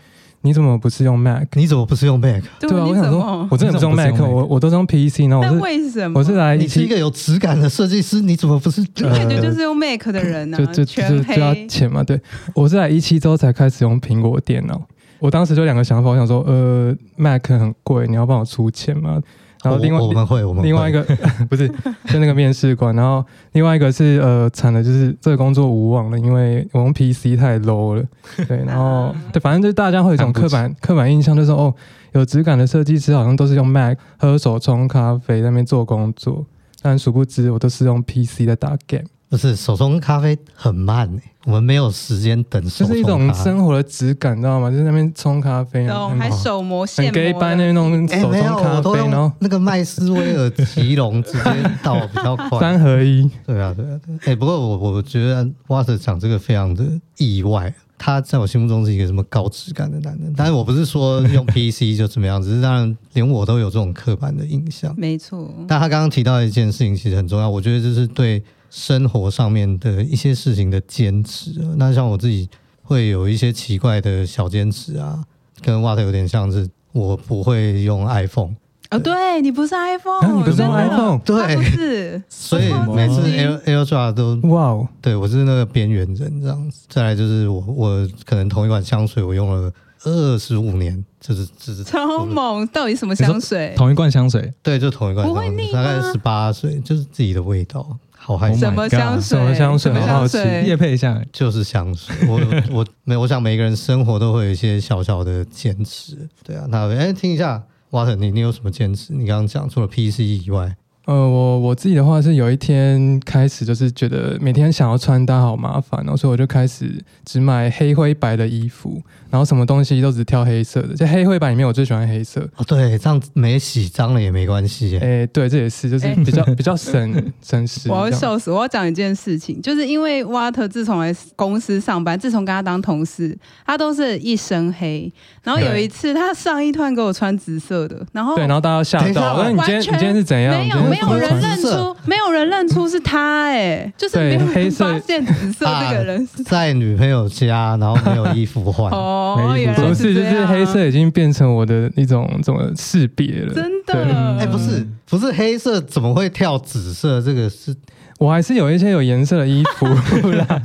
Speaker 2: 你怎么不是用 Mac？
Speaker 3: 你怎么不是用 Mac？
Speaker 1: 对
Speaker 2: 啊，
Speaker 1: 你
Speaker 2: 我
Speaker 1: 怎
Speaker 2: 想
Speaker 1: 么
Speaker 2: 说，？我真的不是用 Mac，
Speaker 4: 你怎么不是用 Mac？
Speaker 2: 我我都是用 PC，然后
Speaker 1: 但
Speaker 2: 我是
Speaker 1: 为什么？
Speaker 2: 我是来
Speaker 3: 你是一个有质感的设计师，你怎么
Speaker 2: <laughs>
Speaker 3: 不是？
Speaker 2: 呃
Speaker 1: 感觉就是用 Mac 的人
Speaker 2: 就
Speaker 1: 啊，
Speaker 2: 就就
Speaker 1: 全
Speaker 2: 就要
Speaker 1: 黑。
Speaker 2: 钱嘛，对我是来一七之后才开始用苹果电脑，我当时就两个想法，我想说，呃，Mac 很贵，你要帮我出钱吗？然后另外
Speaker 3: 我我们会，我们会
Speaker 2: 另外一个 <laughs> 不是就那个面试官，然后另外一个是呃惨的就是这个工作无望了，因为我用 PC 太 low 了，对，然后对，反正就是大家会有一种
Speaker 4: 看
Speaker 2: 刻
Speaker 4: 不起
Speaker 2: 板刻板印象，就是哦，有质感的设计师好像都是用 Mac 喝手冲咖啡在那边做工作，但殊不知我都是用 PC 在打 game。
Speaker 3: 不是手冲咖啡很慢、欸，我们没有时间等手
Speaker 2: 就是
Speaker 3: 冲咖啡。
Speaker 2: 一种生活的质感，你知道吗？就是那边冲咖啡，然后
Speaker 1: 懂，还手磨
Speaker 2: 嗯很
Speaker 1: 现
Speaker 2: gay
Speaker 1: 磨
Speaker 2: 班那
Speaker 1: 的。
Speaker 2: 边弄
Speaker 3: 哎、
Speaker 2: 手
Speaker 3: 没有，
Speaker 2: 冲
Speaker 3: 我
Speaker 2: 咖
Speaker 3: 都
Speaker 2: 啡，然
Speaker 3: 用
Speaker 2: 后
Speaker 3: 那个麦斯威尔奇隆直接倒比较
Speaker 2: <laughs>
Speaker 3: 快。
Speaker 2: 三合一，
Speaker 3: 对啊，对啊。对啊哎、不过我我觉得 Water 讲这个非常的意外，他在我心目中是一个什么高质感的男人。但是我不是说用 PC 就怎么样，只是当然连我都有这种刻板的印象。
Speaker 1: 没错，
Speaker 3: 但他刚刚提到一件事情，其实很重要，我觉得就是对生活上面的一些事情的坚持。啊那像我自己会有一些奇怪的小坚持啊，跟 Water 有点像是，我不会用 iPhone，
Speaker 1: 哦，对你不是 iPhone，
Speaker 2: 啊然后你不是
Speaker 1: 真
Speaker 2: 用
Speaker 1: 的他
Speaker 2: iPhone，
Speaker 1: 不
Speaker 3: 对，
Speaker 1: 是，
Speaker 3: 所以每次 Air AirDrop 都
Speaker 2: 哇哦，
Speaker 3: 对我是那个边缘人这样子。再来就是我我可能同一款香水我用了二十五年，就是就是
Speaker 1: 超猛！到底什么香
Speaker 3: <laughs>
Speaker 1: 水？
Speaker 4: 同一罐香水，
Speaker 3: 对，就同一款
Speaker 1: 不会
Speaker 3: 香水
Speaker 1: 腻
Speaker 3: 大概
Speaker 1: 吗
Speaker 3: 十八岁，就是自己的味道，好害
Speaker 4: Oh
Speaker 3: 羞
Speaker 1: <laughs>
Speaker 4: my。
Speaker 1: 什么香水？
Speaker 2: 什么香水
Speaker 1: 什么
Speaker 2: 好好
Speaker 1: 香
Speaker 2: 奇
Speaker 1: 水
Speaker 4: 夜？配一下，
Speaker 3: 就是香水，我我没，我想每个人生活都会有一些小小的坚持，对啊。那哎，听一下，瓦特，你你有什么坚持？你刚刚讲除了 PC 以外，
Speaker 2: 呃，我我自己的话是有一天开始就是觉得每天想要穿搭好麻烦哦，所以我就开始只买黑灰白的衣服，然后什么东西都只挑黑色的。在黑灰白里面，我最喜欢黑色。
Speaker 3: 哦，对，这样没洗脏了也没关系耶。
Speaker 2: 哎，对，这也是就是
Speaker 1: 哎
Speaker 2: 比较比较省省时。
Speaker 1: 我要
Speaker 2: 这样
Speaker 1: 笑死！我要讲一件事情，就是因为 Water 自从来公司上班，自从跟他当同事，他都是一身黑。然后有一次，他上一段给我穿紫色的，然后
Speaker 2: 对，然后大家
Speaker 3: 等
Speaker 2: 吓
Speaker 3: 一下
Speaker 2: 到，我说你今天
Speaker 1: 完
Speaker 2: 你
Speaker 1: 全
Speaker 2: 今天是怎样？
Speaker 1: 没有
Speaker 2: 你今
Speaker 1: 没
Speaker 2: 天
Speaker 1: 有
Speaker 2: 怎么
Speaker 1: 人
Speaker 2: 穿
Speaker 1: 认出，没有人认出是
Speaker 2: <laughs>
Speaker 1: 他、哎，就是没
Speaker 2: 对
Speaker 1: 有
Speaker 2: 黑
Speaker 1: 人
Speaker 2: 色
Speaker 1: 发现紫色这个人是。
Speaker 3: 在女朋友家，然后没有衣服
Speaker 1: <laughs>
Speaker 3: 换，
Speaker 1: 哦，原来
Speaker 2: 不是，就
Speaker 1: 这
Speaker 2: 是
Speaker 1: 样
Speaker 2: 黑色已经变成我的一种怎么识别了。
Speaker 1: 真的
Speaker 2: 对
Speaker 3: 哎、不是，
Speaker 1: 嗯
Speaker 3: 不是黑色怎么会跳紫色？这个是
Speaker 2: 我还是有一些有颜色的衣服
Speaker 1: <laughs>
Speaker 2: 啦，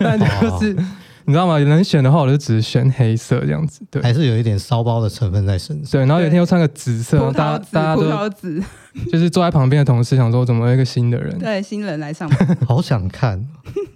Speaker 2: 但就是你知道吗？能选的话，我就只选黑色这样子。对
Speaker 3: 还是有一点骚包的成分在身上。
Speaker 2: 对，然后有一天又穿个紫色，然后
Speaker 1: 葡
Speaker 2: 大
Speaker 1: 萄
Speaker 2: 家
Speaker 1: 紫，
Speaker 2: 大家
Speaker 1: 葡
Speaker 2: 都
Speaker 1: 萄紫，
Speaker 2: 就是坐在旁边的同事想说，怎么有一个新的人？
Speaker 1: 对新人来上班 <laughs>
Speaker 3: 好想看，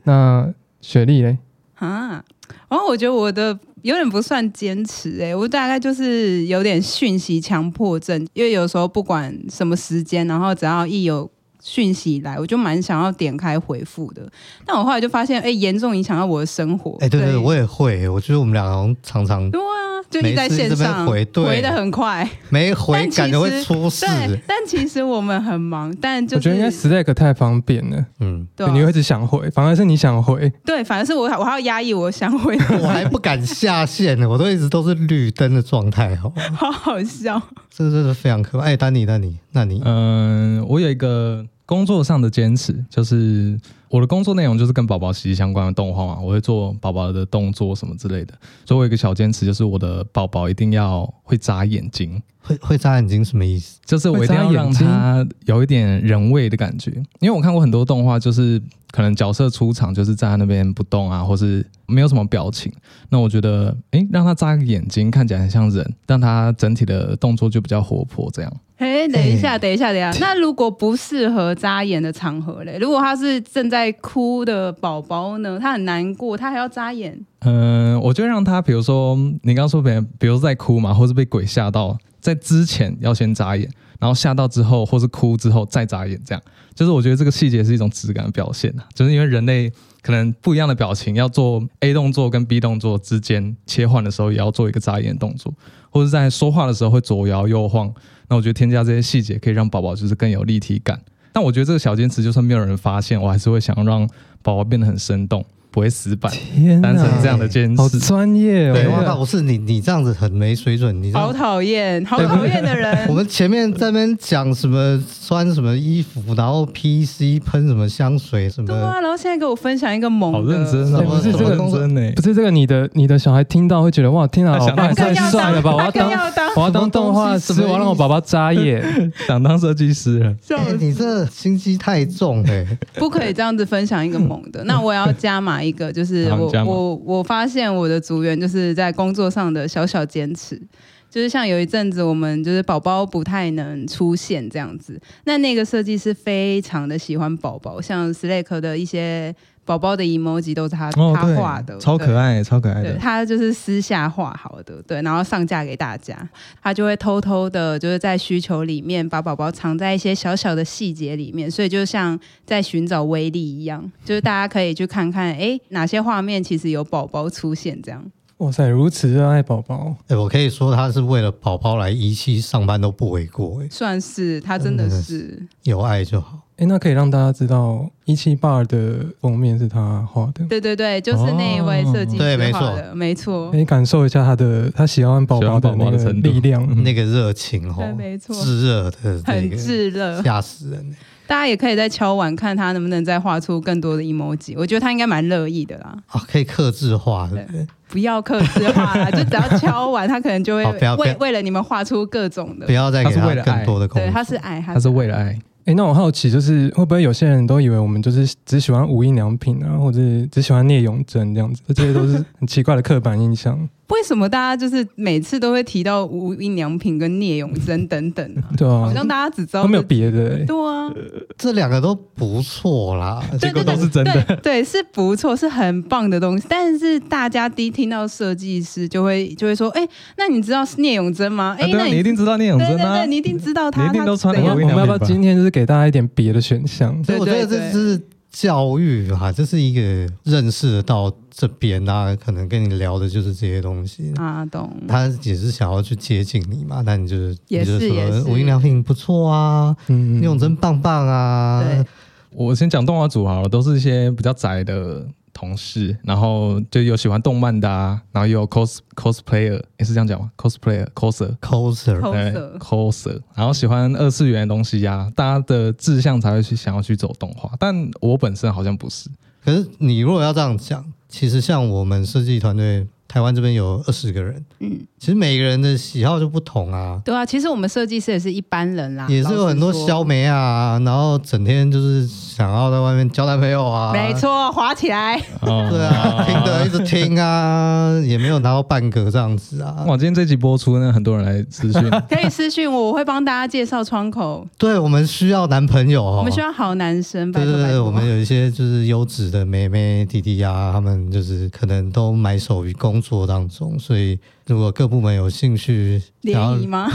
Speaker 2: 那雪莉嘞？
Speaker 1: 啊。然后我觉得我的有点不算坚持哎、我大概就是有点讯息强迫症，因为有时候不管什么时间，然后只要一有讯息来，我就蛮想要点开回复的。但我后来就发现，哎、严重影响到我的生活。
Speaker 3: 哎、对
Speaker 1: 所
Speaker 3: 对，对
Speaker 1: 以
Speaker 3: 我也会，我觉得我们俩好像常常
Speaker 1: 对啊，就一直在线
Speaker 3: 每次这边
Speaker 1: 上
Speaker 3: 回对
Speaker 1: 回的很快，
Speaker 3: 没回，
Speaker 1: 但其
Speaker 3: 感觉会
Speaker 1: 实
Speaker 3: 出事。
Speaker 1: 对。但其实我们很忙，但就是
Speaker 2: 我觉得应该 Slack 太方便了，
Speaker 3: 嗯，
Speaker 1: 对啊
Speaker 2: 你会一直想回，反而是你想回，
Speaker 1: 对，反正是我我还要压抑我想回的，
Speaker 3: 我还不敢下线呢，我都一直都是绿灯的状态，好吗？
Speaker 1: 好好笑。
Speaker 3: 这真的是非常可怕。哎、丹尼，丹尼，那你、
Speaker 4: 嗯，我有一个工作上的坚持，就是我的工作内容就是跟宝宝息息相关的动画嘛，我会做宝宝的动作什么之类的，所以我有一个小坚持，就是我的宝宝一定要会眨眼睛，
Speaker 3: 会会眨眼睛什么意思？
Speaker 4: 就是我一定要让他有一点人味的感觉，因为我看过很多动画，就是可能角色出场就是站在那边不动啊，或是没有什么表情。那我觉得，诶，让他眨个眼睛，看起来很像人，让他整体的动作就比较活泼。这样，
Speaker 1: 哎，等一下，等一下，等一下。那如果不适合扎眼的场合嘞？如果他是正在哭的宝宝呢？他很难过，他还要扎眼。
Speaker 4: 嗯，我就会让他，比如说你刚刚说别人，比如说在哭嘛，或是被鬼吓到，在之前要先眨眼，然后吓到之后，或是哭之后再眨眼，这样。就是我觉得这个细节是一种质感的表现啊，就是因为人类可能不一样的表情要做 A 动作跟 B 动作之间切换的时候，也要做一个眨眼动作，或者在说话的时候会左摇右晃。那我觉得添加这些细节可以让宝宝就是更有立体感。但我觉得这个小坚持，就算没有人发现，我还是会想要让宝宝变得很生动。不会死板，
Speaker 2: 天
Speaker 4: 当成这样的啊监
Speaker 2: 好
Speaker 4: 视。
Speaker 2: 专业哦！
Speaker 3: 对，
Speaker 2: 对
Speaker 3: 哇，
Speaker 2: 啊
Speaker 3: 不是你，你这样子很没水准。你这样
Speaker 1: 好讨厌，好讨厌的人
Speaker 3: 我。们前面在那边讲什么穿什么衣服，然后 PC 喷什么香水什
Speaker 1: 对
Speaker 3: 么，
Speaker 1: 啊，然后现在给我分享一个猛的，
Speaker 4: 好认真
Speaker 3: 什
Speaker 4: 啊！
Speaker 3: 么
Speaker 4: 不是
Speaker 3: 什
Speaker 4: 这
Speaker 3: 么
Speaker 4: 个
Speaker 3: 工
Speaker 4: 认
Speaker 3: 作
Speaker 4: 真欸呢，
Speaker 2: 不是这个，你的你的小孩听到会觉得哇，天哪，
Speaker 4: 他
Speaker 2: 我
Speaker 4: 想
Speaker 2: 爸
Speaker 1: 他
Speaker 2: 也太
Speaker 1: 更要
Speaker 2: 帅了吧！
Speaker 1: 当他
Speaker 2: 我要
Speaker 1: 更
Speaker 2: 当
Speaker 1: 要当
Speaker 2: 我要当动画
Speaker 3: 什
Speaker 2: 师，
Speaker 3: 么东
Speaker 2: 我
Speaker 3: 西
Speaker 2: 要让我爸爸扎眼。
Speaker 4: 想当设计师啊了。
Speaker 1: 笑
Speaker 3: 哎
Speaker 1: 死
Speaker 3: 你这心机太重哎、 <laughs>
Speaker 1: <laughs> 不可以这样子分享一个猛
Speaker 4: <laughs>
Speaker 1: 的。那我也要加码一个，就是
Speaker 4: 好
Speaker 1: 我
Speaker 4: 加码
Speaker 1: 我我发现我的组员就是在工作上的小小坚持。就是像有一阵子，我们就是宝宝不太能出现这样子。那那个设计师非常的喜欢宝宝，像 Slack 的一些宝宝的 emoji 都是他、
Speaker 4: 哦，
Speaker 1: 他画的，
Speaker 4: 对，超
Speaker 1: 对
Speaker 4: 可爱，超可爱
Speaker 1: 对
Speaker 4: 的。
Speaker 1: 他就是私下画好的，对，然后上架给大家，他就会偷偷的，就是在需求里面把宝宝藏在一些小小的细节里面，所以就像在寻找威力一样，就是大家可以去看看，哎，哪些画面其实有宝宝出现，这样
Speaker 2: <laughs> 哇塞，如此热爱宝宝，
Speaker 3: 哎我可以说他是为了宝宝来一期上班都不为过、哎，
Speaker 1: 算是他真的是，
Speaker 3: 有爱就好。
Speaker 2: 哎，那可以让大家知道一七 bar 的封面是他画的，
Speaker 1: 对对对，就是那一位设计
Speaker 3: 哦对没
Speaker 1: 师
Speaker 3: 错
Speaker 1: 画的，没错
Speaker 2: 可，以感受一下他的他喜欢宝宝的那
Speaker 4: 喜欢宝宝的
Speaker 2: 个
Speaker 4: 程度
Speaker 2: 力量。嗯
Speaker 3: 那个热情
Speaker 1: 对
Speaker 3: 哦，
Speaker 1: 没错
Speaker 3: 炙热的那
Speaker 1: 很
Speaker 3: 个，
Speaker 1: 炙热。
Speaker 3: 吓死人欸！
Speaker 1: 大家也可以在敲碗看他能不能再画出更多的 emoji，我觉得他应该蛮乐意的啦。
Speaker 3: 啊，可以克制化，对
Speaker 1: 对
Speaker 3: 不对？
Speaker 1: 不要克制化啦，就只要敲完，他可能就会
Speaker 3: 好不要不要
Speaker 1: 为为了你们画出各种
Speaker 3: 不
Speaker 1: 的。
Speaker 3: 要再给
Speaker 4: 他是
Speaker 3: 他
Speaker 4: 为了爱
Speaker 3: 更多的空
Speaker 1: 对，
Speaker 3: 间。
Speaker 1: 他是爱，他
Speaker 4: 他是为了爱，
Speaker 2: 哎，那我好奇，就是会不会有些人都以为我们就是只喜欢无印良品啊，或者是只喜欢聂永贞这样子，这些都是很奇怪的刻板印象，
Speaker 1: 为什么大家就是每次都会提到无印良品跟聂永贞等等
Speaker 4: <laughs>
Speaker 1: 啊？
Speaker 2: 对
Speaker 1: 好
Speaker 2: 啊，
Speaker 1: 像大家只知道
Speaker 2: 都没有
Speaker 1: 这
Speaker 2: 别的欸。
Speaker 1: 对啊，
Speaker 3: 这两个都不错啦，
Speaker 1: 对
Speaker 4: 结果
Speaker 1: 对
Speaker 4: 都
Speaker 1: 对
Speaker 4: 是真的。
Speaker 1: 对对，是不错，是很棒的东西。但是大家第一听到设计师就会就会说，哎，那你知道聂永贞吗？
Speaker 4: 啊
Speaker 1: 哎，
Speaker 4: 对
Speaker 1: 那
Speaker 4: 啊，你一定知道聂永
Speaker 1: 对
Speaker 4: 贞
Speaker 1: 对
Speaker 4: 啊
Speaker 1: 对，，你一定知道他，
Speaker 4: 你一定
Speaker 1: 他
Speaker 4: 都穿
Speaker 2: 我
Speaker 1: 怎
Speaker 4: 得
Speaker 1: 样
Speaker 2: 们
Speaker 4: 无
Speaker 2: 我
Speaker 4: 印良品
Speaker 2: 们要不要
Speaker 4: 吧
Speaker 2: 今天就是给大家一点别的选项？
Speaker 3: 所以我觉得
Speaker 1: 对对
Speaker 3: 这是教育啊，这是一个认识得到这边啊，可能跟你聊的就是这些东西。
Speaker 1: 啊？
Speaker 4: <laughs>
Speaker 1: 懂？
Speaker 3: 他也是想要去接近你嘛，那你就是
Speaker 1: 也是
Speaker 3: 你就
Speaker 1: 也
Speaker 3: 说
Speaker 1: 是
Speaker 3: 无印良品不错啊，
Speaker 2: 嗯
Speaker 3: 聂永贞棒棒啊，
Speaker 1: 对，
Speaker 4: 我先讲动画组好了，都是一些比较宅的同事，然后就有喜欢动漫的啊，然后也有 cos cosplayer，也是这样讲吗？cosplayer coser。
Speaker 3: coser，
Speaker 1: Coser
Speaker 4: 对 coser，然后喜欢二次元的东西呀、大家的志向才会去想要去走动画，但我本身好像不是，
Speaker 3: 可是你如果要这样讲，其实像我们设计团队，台湾这边有二十个人，
Speaker 1: 嗯，
Speaker 3: 其实每个人的喜好就不同啊，
Speaker 1: 对啊，其实我们设计师也是一般人啦，
Speaker 3: 也是有很多
Speaker 1: 啊老实说
Speaker 3: 消梅啊，然后整天就是想要在外面交男朋友啊，
Speaker 1: 没，错，滑起
Speaker 3: <laughs>
Speaker 1: 来。
Speaker 4: 哦
Speaker 3: 对啊，听的一直听啊，也没有拿到半个这样子啊。
Speaker 4: 哇，今天这集播出，那很多人来私讯，
Speaker 1: 可以私信我，我会帮大家介绍窗口。
Speaker 3: 对，我们需要男朋友哦，
Speaker 1: 我们需要好男生，拜
Speaker 3: 对
Speaker 1: 托
Speaker 3: 对
Speaker 1: 拜
Speaker 3: 对，
Speaker 1: 托。
Speaker 3: 我们有一些就是优质的妹妹弟弟啊，他们就是可能都埋首于工作当中，所以如果各部门有兴趣，然后
Speaker 1: 联谊吗？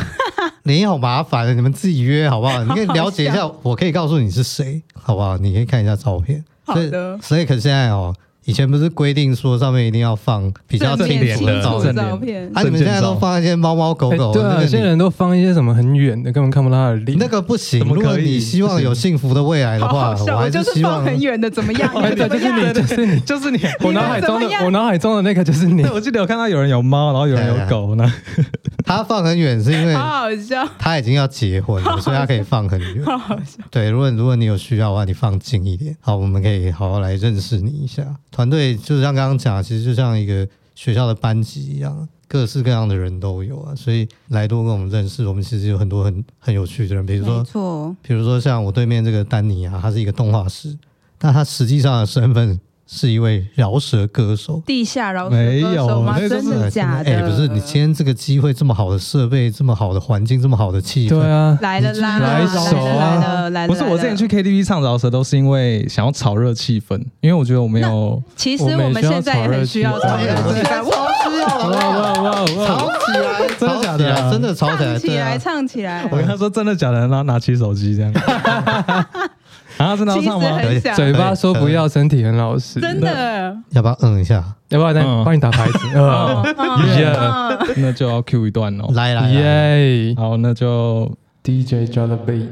Speaker 3: 联谊好麻烦，啊你们自己约好
Speaker 1: <laughs>
Speaker 3: 不好？你可以了解一下，我可以告诉你是谁，好不好？你可以看一下照片。
Speaker 1: 好的
Speaker 3: 所以可现在哦，以前不是规定说上面一定要放比较
Speaker 1: 正
Speaker 3: 清
Speaker 1: 面
Speaker 3: 楚
Speaker 1: 清
Speaker 3: 的
Speaker 4: 正
Speaker 3: 照
Speaker 1: 楚
Speaker 3: 片
Speaker 1: 的
Speaker 4: 脸
Speaker 1: 照片。
Speaker 3: 啊，你们现在都放一些猫猫狗
Speaker 2: 哎
Speaker 3: 狗，
Speaker 2: 对
Speaker 3: 那
Speaker 2: 啊，
Speaker 3: 个
Speaker 2: 有些
Speaker 3: 你
Speaker 2: 人都放一些什么很远的，根本看不到他的脸。
Speaker 3: 那个不行。
Speaker 4: 怎么
Speaker 3: 如
Speaker 4: 可
Speaker 3: 果
Speaker 4: 以
Speaker 3: 你希望有幸福的未来的
Speaker 1: 好
Speaker 3: 话，
Speaker 1: <laughs> 好笑，
Speaker 3: 还
Speaker 1: 就是是
Speaker 3: 希
Speaker 1: 放
Speaker 3: 望 <laughs>
Speaker 1: 很远的，怎么样？
Speaker 2: 哎，
Speaker 1: 怎
Speaker 2: 对，
Speaker 1: 么
Speaker 2: 就是你，
Speaker 1: 样？
Speaker 2: 就是你，
Speaker 4: 就是你，
Speaker 2: 我脑海中
Speaker 1: 怎
Speaker 2: 的
Speaker 1: 么样
Speaker 2: 我脑海中的那个就是你
Speaker 4: <laughs> 对，。我记得有看到有人有猫，然后有人有狗呢。
Speaker 3: 他放很远是因
Speaker 1: <laughs>
Speaker 3: 为
Speaker 1: 好好笑，
Speaker 3: 他已经要结婚
Speaker 1: <laughs>
Speaker 3: 了，所以他可以放很远。
Speaker 1: 好好笑。
Speaker 3: 对，如果如果你有需要的话，你放近一点。好，我们可以好好来认识你一下。团队就是像刚刚讲的，其实就像一个学校的班级一样，各式各样的人都有啊。所以来多跟我们认识，我们其实有很多很很有趣的人，比如
Speaker 1: 没
Speaker 3: 说，
Speaker 1: 错，
Speaker 3: 比如说像我对面这个丹尼啊，他是一个动画师，但他实际上的身份是一位饶舌歌手。
Speaker 1: 地下饶舌
Speaker 4: 没
Speaker 1: 歌
Speaker 4: 有
Speaker 1: 手吗？
Speaker 4: 那就是
Speaker 1: 啊真的假
Speaker 3: 哎、
Speaker 1: 的？
Speaker 3: 不是，你今天这个机会，这么好的设备，这么好的环境，这么好的气氛，
Speaker 2: <laughs> 对啊，
Speaker 1: 来了啦，
Speaker 2: 来一
Speaker 1: 来
Speaker 2: 首
Speaker 1: 了来
Speaker 2: 啊！
Speaker 1: 了来了。
Speaker 4: 不是，我之前去 KTV 唱饶舌都是因为想要炒热气氛，因为我觉得我没有
Speaker 1: 其实
Speaker 2: 我们
Speaker 1: 我们
Speaker 2: 需要
Speaker 1: 现在也
Speaker 2: 炒热
Speaker 1: 很需要
Speaker 3: 哎
Speaker 2: 气氛
Speaker 1: 炒热
Speaker 2: 对
Speaker 1: 气氛。哇
Speaker 3: 需要
Speaker 2: 哇哇哇哇！
Speaker 3: 吵起来，
Speaker 4: 真的假的
Speaker 3: 吵
Speaker 4: 啊
Speaker 3: 起来真的吵起来，
Speaker 1: 唱起
Speaker 3: 对
Speaker 1: 来，
Speaker 3: 啊。
Speaker 1: 唱起来
Speaker 4: 我。跟他说真的假的，然后拿起手机这样。 <laughs> 啊，真的要
Speaker 1: 其实
Speaker 4: 唱吗？
Speaker 1: 很想，
Speaker 2: 嘴巴说不要，身体很老实。
Speaker 1: 真，的。
Speaker 3: 要不要嗯一下？
Speaker 2: 要不要再
Speaker 4: 嗯
Speaker 2: 帮你打牌子？嗯
Speaker 1: 嗯嗯
Speaker 4: 那就要 Q 一段哦。
Speaker 3: 来来来，
Speaker 2: 耶
Speaker 4: 好，那就
Speaker 2: ！DJ drop the beat。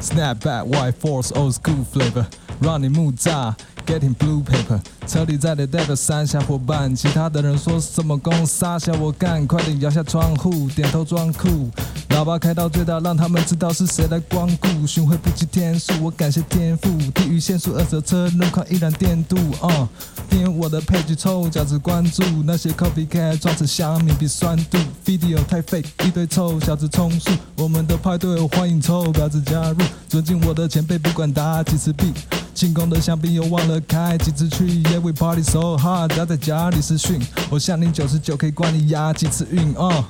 Speaker 5: Snapback, white force, old school flavor. 让你木炸， Getting blue paper，车里载的代表三峡伙伴，其他的人说什么公杀小我干，快点摇下窗户，点头装酷，喇叭开到最大，让他们知道是谁来光顾。巡回不计天数，我感谢天赋，地域限速二手车轮廓依然电镀，哦、点我的配置臭脚趾关注，那些 copycat 装成虾米比酸度，video 太 fake，一堆臭小子充数，我们的派对欢迎臭婊子加入，尊敬我的前辈，不管打几次币。进攻的香槟又忘了开，几次去，Yeah we party so hard，只要在家里私讯，我向你九十九可以灌你压几次运哦。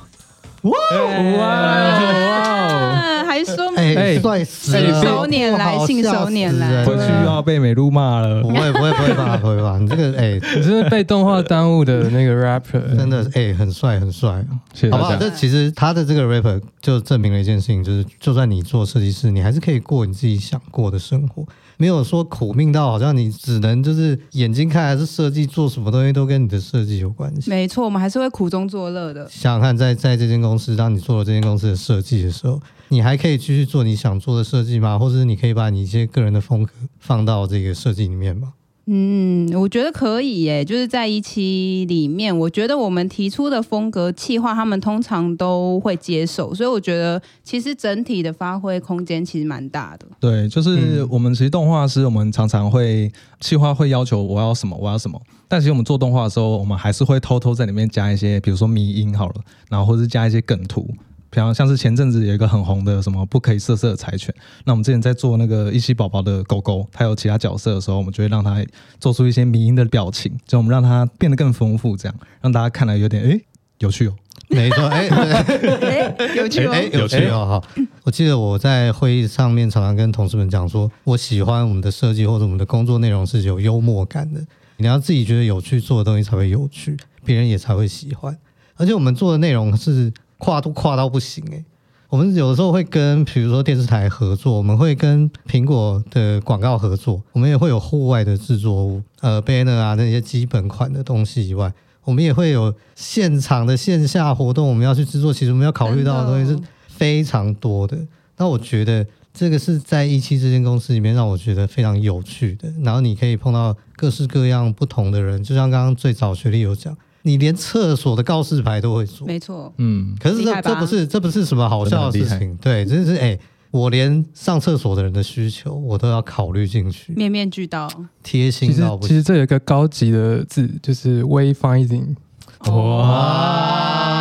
Speaker 1: 哦啊，还说
Speaker 3: 哎，
Speaker 2: 哎
Speaker 3: 帅死
Speaker 1: 信
Speaker 3: 了！
Speaker 1: 手拈来
Speaker 3: 哇
Speaker 1: 信手拈来
Speaker 3: 吓死
Speaker 4: 回
Speaker 3: 人
Speaker 4: 去又要被美露骂了
Speaker 3: 不。会不会不会吧不会吧，你这个哎，
Speaker 2: 你真是被动画耽误的那个 rapper，
Speaker 3: 真的哎很帅很帅，
Speaker 4: 谢谢
Speaker 3: 好不好？
Speaker 4: 大家。
Speaker 3: 这其实他的这个 rapper 就证明了一件事情，就是就算你做设计师，你还是可以过你自己想过的生活，没有说苦命到好像你只能就是眼睛看还是设计，做什么东西都跟你的设计有关系。
Speaker 1: 没错，我们还是会苦中作乐的。
Speaker 3: 想想看在，在这间公司，当你做了这间公司的设计的时候，你还可以继续做你想做的设计吗？或者是你可以把你一些个人的风格放到这个设计里面吗？
Speaker 1: 嗯，我觉得可以耶，就是在一期里面，我觉得我们提出的风格气化，他们通常都会接受，所以我觉得其实整体的发挥空间其实蛮大的。
Speaker 4: 对，就是我们其实动画师，我们常常会企划会要求我要什么，我要什么。但其实我们做动画的时候，我们还是会偷偷在里面加一些，比如说迷音好了，然后或是加一些梗图。比方像是前阵子有一个很红的什么不可以色色的柴犬，那我们之前在做那个一西宝宝的狗狗，它有其他角色的时候，我们就会让它做出一些迷音的表情，就我们让它变得更丰富，这样让大家看来有点诶有趣哦。
Speaker 3: 没错，哎、
Speaker 1: <laughs> 有趣
Speaker 3: 哎、
Speaker 1: 哦，
Speaker 3: 有趣哦！好，我记得我在会议上面常常跟同事们讲说，我喜欢我们的设计或者我们的工作内容是有幽默感的。你要自己觉得有趣，做的东西才会有趣，别人也才会喜欢。而且我们做的内容是跨度跨到不行哎、我们有的时候会跟，比如说电视台合作，我们会跟苹果的广告合作，我们也会有户外的制作物，呃，banner 啊那些基本款的东西以外，我们也会有现场的线下活动，我们要去制作。其实我们要考虑到的东西是
Speaker 1: 真的哦
Speaker 3: 非常多的。那我觉得这个是在一期这间公司里面让我觉得非常有趣的。然后你可以碰到各式各样不同的人，就像刚刚最早学历有讲，你连厕所的告示牌都会做。
Speaker 1: 没错，
Speaker 4: 嗯，
Speaker 3: 可是
Speaker 1: 厉
Speaker 3: 这
Speaker 1: 害吧
Speaker 3: 这不是这不是什么好笑的事
Speaker 4: 真的
Speaker 3: 情，对，真是哎、我连上厕所的人的需求我都要考虑进去，
Speaker 1: 面面俱到。
Speaker 3: 贴
Speaker 2: 其
Speaker 3: 心
Speaker 2: 实
Speaker 3: 到不
Speaker 2: 其
Speaker 3: 行。
Speaker 2: 实这有一个高级的字，就是 wayfinding，
Speaker 4: <laughs>
Speaker 1: 哇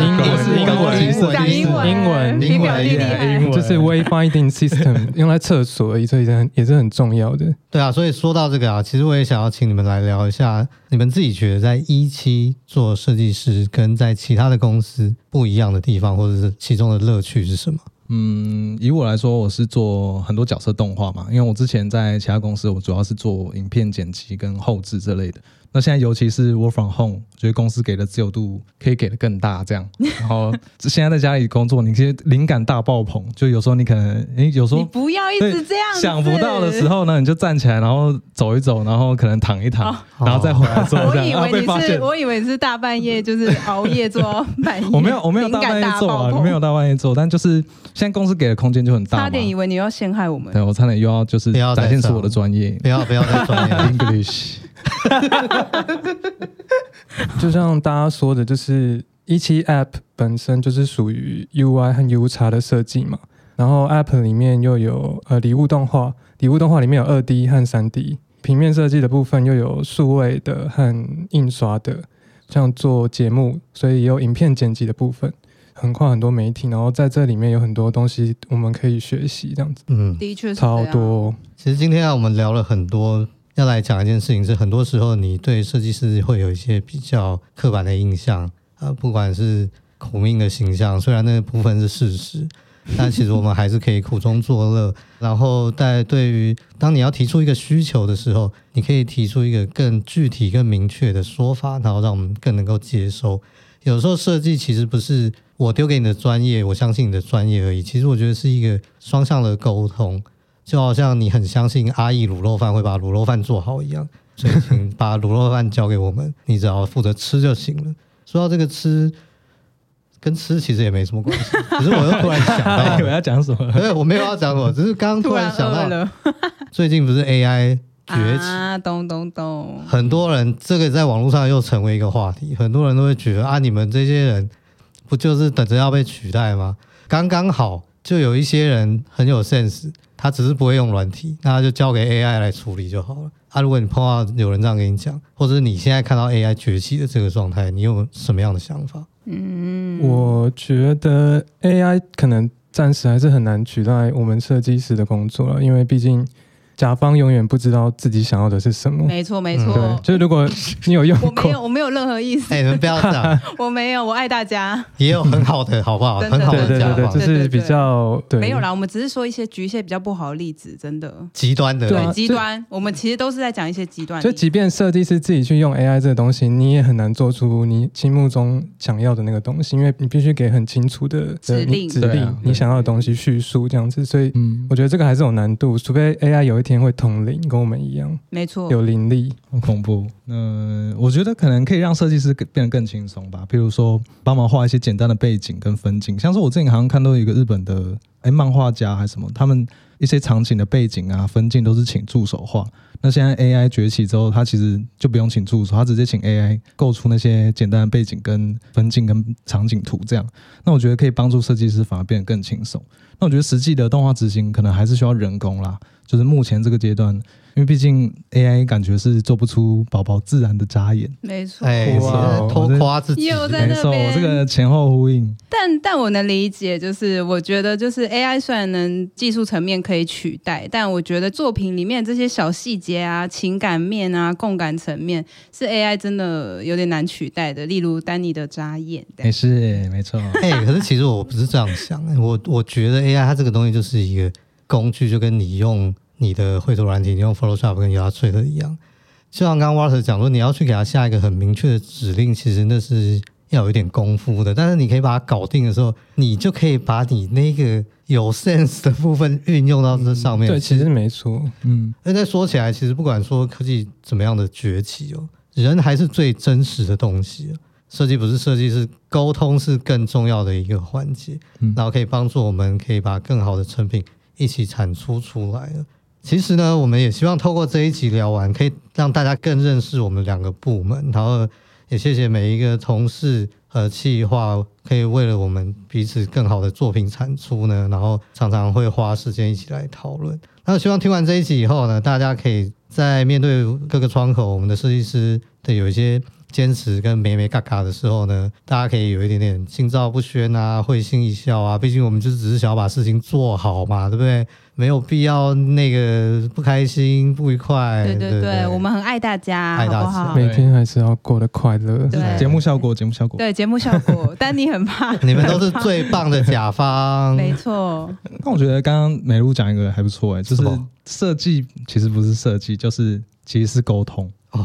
Speaker 2: 英文英文
Speaker 1: 讲英文，
Speaker 2: 英文
Speaker 1: 你表弟厉害。
Speaker 2: 就是 wayfinding
Speaker 3: <laughs>
Speaker 2: system 用在厕所而已，所以也很也是很重要的。
Speaker 3: 对啊，所以说到这个啊，其实我也想要请你们来聊一下，你们自己觉得在一期做设计师跟在其他的公司不一样的地方，或者是其中的乐趣是什么？
Speaker 4: 嗯，以我来说，我是做很多角色动画嘛，因为我之前在其他公司，我主要是做影片剪辑跟后置这类的。那现在尤其是 work from home，我觉得公司给的自由度可以给的更大，这样。
Speaker 1: <laughs>
Speaker 4: 然后现在在家里工作，你其实灵感大爆棚，就有时候你可能，诶，有时
Speaker 1: 你
Speaker 4: 候
Speaker 1: 不要一直这样子，
Speaker 4: 想不到的时候呢，你就站起来，然后走一走，然后可能躺一躺，
Speaker 3: 哦
Speaker 4: 然后再回来做
Speaker 1: 我
Speaker 4: 这
Speaker 1: 以
Speaker 4: 样，然后
Speaker 1: 为
Speaker 4: 被发
Speaker 1: 你是，
Speaker 4: 现。
Speaker 1: 我以为你是大半夜就是熬夜做到半夜。
Speaker 4: <laughs> 我没有，我没有
Speaker 1: 灵
Speaker 4: 到
Speaker 1: 感
Speaker 4: 半夜
Speaker 1: 大
Speaker 4: 做
Speaker 1: 爆
Speaker 4: 啊，
Speaker 1: 棚
Speaker 4: 没有到半夜做，但就是现在公司给的空间就很大嘛，
Speaker 1: 差点以为你要陷害我们。
Speaker 4: 对我差点又要就是
Speaker 3: 不要再
Speaker 4: 展现出
Speaker 3: 上哎
Speaker 4: 我的专业
Speaker 3: 不要不要再
Speaker 4: <laughs>
Speaker 3: 专业了
Speaker 4: English。
Speaker 2: 就像大家说的，就是一期 App 本身就是属于 UI 和 U 叉的设计嘛，然后 App 里面又有呃礼物动画，礼物动画里面有二 D 和三 D，平面设计的部分又有数位的和印刷的，像做节目，所以也有影片剪辑的部分，横跨很多媒体，然后在这里面有很多东西我们可以学习，这样子
Speaker 3: 嗯，
Speaker 1: 的确是这
Speaker 2: 超
Speaker 1: 样
Speaker 2: 多。
Speaker 3: 其实今天啊，我们聊了很多，要来讲一件事情是，很多时候你对设计师会有一些比较刻板的印象啊、呃不管是苦命的形象，虽然那个部分是事实，但其实我们还是可以苦中作乐。然后在对于当你要提出一个需求的时候，你可以提出一个更具体、更明确的说法，然后让我们更能够接收。有时候设计其实不是我丢给你的专业，我相信你的专业而已。其实我觉得是一个双向的沟通。就好像你很相信阿义卤肉饭会把卤肉饭做好一样，所以请把卤肉饭交给我们，你只要负责吃就行了。说到这个吃，跟吃其实也没什么关系，只是我又突然想
Speaker 4: 以为
Speaker 3: 到，
Speaker 4: 哎
Speaker 3: <laughs>
Speaker 4: 要讲什么？
Speaker 3: 对，我没有要讲什么，只是刚刚突然想
Speaker 1: 饿
Speaker 3: 到，
Speaker 1: 了，
Speaker 3: 最近不是 AI 崛起。
Speaker 1: 啊，懂懂懂，
Speaker 3: 很多人这个在网络上又成为一个话题，很多人都会觉得啊，你们这些人不就是等着要被取代吗？刚刚好，就有一些人很有 sense，他只是不会用软体，那他就交给 AI 来处理就好了。啊，如果你碰到有人这样跟你讲，或者你现在看到 AI 崛起的这个状态，你有什么样的想法？
Speaker 1: 嗯，
Speaker 2: 我觉得 AI 可能暂时还是很难取代我们设计师的工作了，因为毕竟甲方永远不知道自己想要的是什么。
Speaker 1: 没错没
Speaker 3: 嗯
Speaker 1: 错，
Speaker 2: 对，就是如果你有
Speaker 1: <laughs>
Speaker 2: 用
Speaker 1: 我没有
Speaker 4: <laughs>
Speaker 2: 过，
Speaker 1: 我没有任何意思，
Speaker 3: 哎、你们不要这
Speaker 1: <laughs>
Speaker 3: 样，
Speaker 1: 我没有，我爱大家，
Speaker 3: 也有很好的，好不好？
Speaker 1: 真的
Speaker 3: 很好
Speaker 2: <laughs> 对
Speaker 3: 的
Speaker 2: 对
Speaker 3: 甲
Speaker 2: 对对，
Speaker 3: 方
Speaker 2: 就，是比较对，
Speaker 1: 没有啦，我们只是说一些局限比较不好的例子，真的。
Speaker 3: 极端的
Speaker 2: 对
Speaker 3: 那
Speaker 2: 啊
Speaker 3: 种，
Speaker 1: 极端，我们其实都是在讲一些极端的
Speaker 2: 就
Speaker 1: 例子。
Speaker 2: 即便设计师自己去用 AI 这个东西，你也很难做出你心目中想要的那个东西，因为你必须给很清楚的呃
Speaker 1: 指令
Speaker 2: 指
Speaker 4: 对
Speaker 2: 令
Speaker 4: 啊
Speaker 2: 你想要的东西叙述这样子，所以
Speaker 4: 嗯
Speaker 2: 我，觉得这个还是有难度，除非 AI 有一天会通灵，跟我们一样
Speaker 1: 没错，
Speaker 2: 有灵力。
Speaker 4: 很恐怖。嗯、我觉得可能可以让设计师更变得更轻松吧，比如说帮忙画一些简单的背景跟分镜，像是我之前好像看到一个日本的哎、漫画家还是什么，他们一些场景的背景啊分镜都是请助手画。那现在 AI 崛起之后，它其实就不用请助手，它直接请 AI 构出那些简单的背景跟分镜跟场景图这样。那我觉得可以帮助设计师反而变得更轻松。那我觉得实际的动画执行可能还是需要人工啦，就是目前这个阶段，因为毕竟 AI 感觉是做不出宝宝自然的眨眼。
Speaker 1: 没错。
Speaker 3: 哎、你是
Speaker 2: 哇
Speaker 3: 在偷夸自己，
Speaker 1: 又在
Speaker 4: 没
Speaker 1: 那
Speaker 4: 错，
Speaker 1: 边
Speaker 4: 这个前后呼应。
Speaker 1: 但但我能理解，就是我觉得就是 AI 虽然能技术层面可以取代，但我觉得作品里面这些小细节啊、情感面啊、共感层面是 AI 真的有点难取代的。例如丹尼的眨眼，
Speaker 4: 没事，没错。
Speaker 3: 哎、可是其实我不是这样想，我我觉得 AI 它这个东西就是一个工具，就跟你用你的绘图软体，你用 Photoshop 跟 Illustrator 一样。就像刚刚 Water 讲说，你要去给它下一个很明确的指令，其实那是要有一点功夫的。但是你可以把它搞定的时候，你就可以把你那个有 sense 的部分运用到这上面。
Speaker 2: 对，其实没错，
Speaker 4: 嗯，
Speaker 3: 那再说起来，其实不管说科技怎么样的崛起哦，人还是最真实的东西哦。设计不是设计，是沟通是更重要的一个环节，
Speaker 4: 嗯
Speaker 3: 然后可以帮助我们可以把更好的成品一起产出出来了。其实呢，我们也希望透过这一集聊完，可以让大家更认识我们两个部门，然后也谢谢每一个同事和企划，可以为了我们彼此更好的作品产出呢，然后常常会花时间一起来讨论。那希望听完这一集以后呢，大家可以在面对各个窗口，我们的设计师的有一些坚持跟美美嘎嘎的时候呢，大家可以有一点点心照不宣啊，会心一笑啊。毕竟我们就只是想要把事情做好嘛，对不对？没有必要那个不开心、不愉快。
Speaker 1: 对对
Speaker 3: 对不
Speaker 1: 对，我们很爱大家，
Speaker 3: 爱
Speaker 1: 好
Speaker 3: 大家
Speaker 1: 不好？
Speaker 2: 每天还是要过得快乐。
Speaker 1: 对
Speaker 4: 节目效果，节目效果。
Speaker 1: 对节目效果，丹尼很怕，
Speaker 3: <laughs> 你们
Speaker 1: <laughs>
Speaker 3: 都是最棒的甲方。
Speaker 1: 没错，
Speaker 4: 那我觉得刚刚美露讲一个还不错哎、就是
Speaker 3: 什么
Speaker 4: 设计其实不是设计，就是其实是沟通。
Speaker 3: 哦，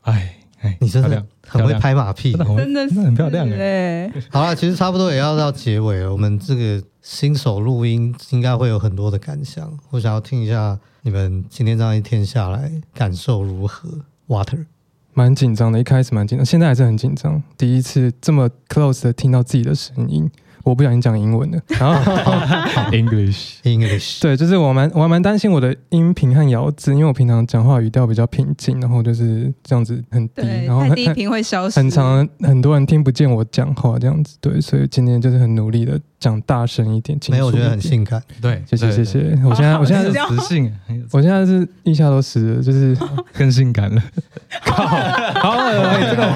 Speaker 4: 哎哎，
Speaker 3: 你真
Speaker 4: 漂
Speaker 3: 的
Speaker 4: 亮
Speaker 3: 很会
Speaker 4: 漂亮
Speaker 3: 拍马屁
Speaker 4: 真的。很会
Speaker 1: 真的是
Speaker 4: 真的很漂亮哎、
Speaker 1: 哎，
Speaker 3: <laughs> 好了，其实差不多也要到结尾了。我们这个新手录音应该会有很多的感想，我想要听一下你们今天这样一天下来感受如何？Water，
Speaker 2: 蛮紧张的，一开始蛮紧张，现在还是很紧张。第一次这么 close 的听到自己的声音，我不小心讲英
Speaker 3: <laughs>
Speaker 2: 文了。然后
Speaker 4: English。
Speaker 3: English，
Speaker 2: 对，就是我蛮我还蛮担心我的音频和咬字，因为我平常讲话语调比较平静，然后就是这样子很低，
Speaker 1: 对，
Speaker 2: 然后
Speaker 1: 太
Speaker 2: 很
Speaker 1: 低频会消失，
Speaker 2: 很长，很多人听不见我讲话这样子。对，所以今天就是很努力的讲大声一点，清
Speaker 3: 没有，
Speaker 2: 楚
Speaker 3: 我
Speaker 2: 一
Speaker 3: 觉
Speaker 2: 点。
Speaker 3: 得很性感。
Speaker 4: 对，
Speaker 2: 谢谢谢
Speaker 4: 对。
Speaker 2: 谢。我现在我现在
Speaker 4: 很
Speaker 2: 是
Speaker 4: 有磁性，欸很有磁
Speaker 2: 我现在是一下都湿了，
Speaker 3: <laughs>
Speaker 2: 就是
Speaker 4: 更性感了。
Speaker 1: 太
Speaker 3: 所以
Speaker 1: 恶，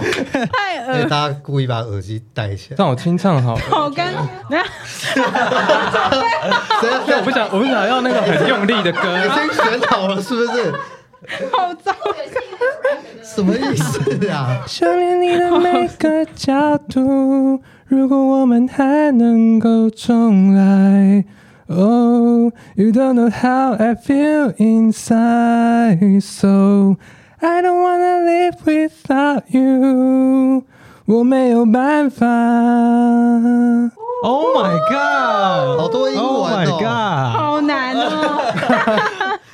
Speaker 3: 哎大家故意把耳机戴起来，
Speaker 2: 让我清唱好了。
Speaker 1: 好尴尬。
Speaker 3: 谁
Speaker 2: 我不想我不想要那个很用力的歌。
Speaker 3: 已经选好了是不是？
Speaker 1: <laughs> 好糟，
Speaker 3: 什么意思啊？
Speaker 2: 想念你的每个角度，如果我们还能够重来。Oh, you don't know how I feel inside, so I don't wanna live without you. 我没有办法。
Speaker 4: Oh my god！
Speaker 3: 好多英文哦
Speaker 4: Oh my god！
Speaker 1: 好难哦。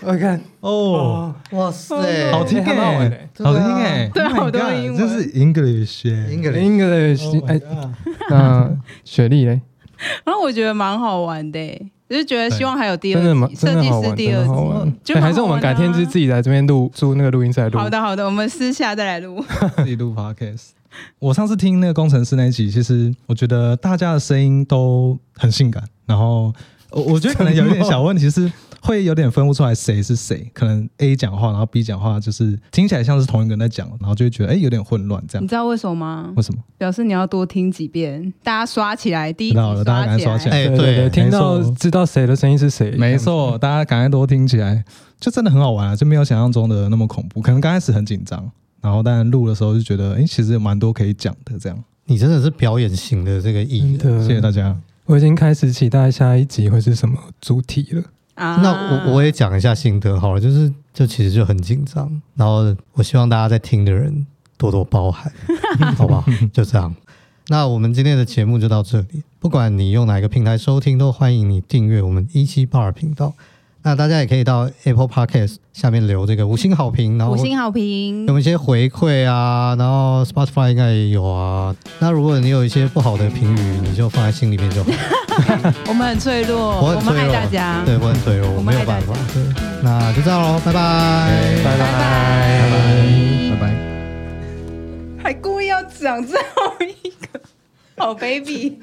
Speaker 2: 我看，Oh,
Speaker 4: 哦，
Speaker 3: 哇塞，
Speaker 4: 好听
Speaker 2: 还蛮好玩的
Speaker 4: 哎，好听哎，
Speaker 1: 对
Speaker 4: Oh my
Speaker 1: 好多
Speaker 4: god，
Speaker 1: 英文
Speaker 4: 这是 English 哎。
Speaker 2: 哦
Speaker 3: English。
Speaker 2: 啊 English，哎，那雪莉嘞？
Speaker 1: 然后我觉得蛮好玩的欸，只是觉得希望还有第
Speaker 2: 真的
Speaker 1: 二
Speaker 2: 蛮
Speaker 1: 集，
Speaker 2: 真
Speaker 1: 设
Speaker 2: 的
Speaker 1: 计
Speaker 2: 好
Speaker 1: 师
Speaker 2: 玩，
Speaker 1: 第
Speaker 2: 真
Speaker 1: 二
Speaker 2: 的
Speaker 1: 集哦
Speaker 2: 好玩。
Speaker 1: 就
Speaker 2: 对，
Speaker 1: 蛮
Speaker 2: 还是我们改天就自己来这边录，租那个录音再录。
Speaker 1: 啊好的好的，我们私下再来
Speaker 2: <laughs>
Speaker 1: 录。
Speaker 4: 自己录 podcast。我 <laughs> 上次听那个工程师那一集，其实我觉得大家的声音都很性感，然后呃我我觉得可能有一点小问题是会有点分不出来谁是谁，可能 A 讲话，然后 B 讲话，就是听起来像是同一个人在讲，然后就会觉得哎、有点混乱这样
Speaker 1: 你。知道为什么吗
Speaker 4: 为？什么？
Speaker 1: 表示你要多听几遍，大家刷起来，第一集
Speaker 4: 知道了大家赶快
Speaker 1: 刷
Speaker 4: 刷
Speaker 1: 起
Speaker 4: 起
Speaker 1: 来
Speaker 4: 来。
Speaker 3: 哎，
Speaker 2: 对对对，，
Speaker 3: 对
Speaker 2: 听到
Speaker 4: 没错
Speaker 2: 知道谁的声音是谁，
Speaker 4: 没错，大家赶快多听起来，就真的很好玩啊，就没有想象中的那么恐怖。可能刚开始很紧张，然后但录的时候就觉得哎、其实有蛮多可以讲的这样。
Speaker 3: 你真的是表演型的这个艺
Speaker 2: 真
Speaker 3: 人。
Speaker 2: 的。
Speaker 4: 谢谢大家。
Speaker 2: 我已经开始期待下一集会是什么主题了。
Speaker 1: 啊
Speaker 3: 那我我也讲一下心得好了，就是就其实就很紧张，然后我希望大家在听的人多多包涵， <laughs> 好不好？就这样。那我们今天的节目就到这里，不管你用哪一个平台收听，都欢迎你订阅我们一七八二频道。那大家也可以到 Apple Podcast 下面留这个五星好评，然后
Speaker 1: 五星好评
Speaker 3: 有，一些回馈啊，然后 Spotify 应该也有啊。那如果你有一些不好的评语，你就放在心里面就好。
Speaker 1: 我们很脆弱，
Speaker 3: 我很
Speaker 1: 们
Speaker 3: 脆
Speaker 1: 爱
Speaker 3: 弱
Speaker 1: 大家，
Speaker 3: 对，我很脆弱，
Speaker 1: 我
Speaker 3: 我没
Speaker 1: 们
Speaker 3: 有
Speaker 1: 爱大
Speaker 3: 办
Speaker 1: 家
Speaker 3: 法。对，那就这样喽，拜拜。
Speaker 1: 拜拜，
Speaker 4: 拜拜。
Speaker 1: 还故意要讲最后一个，好 baby。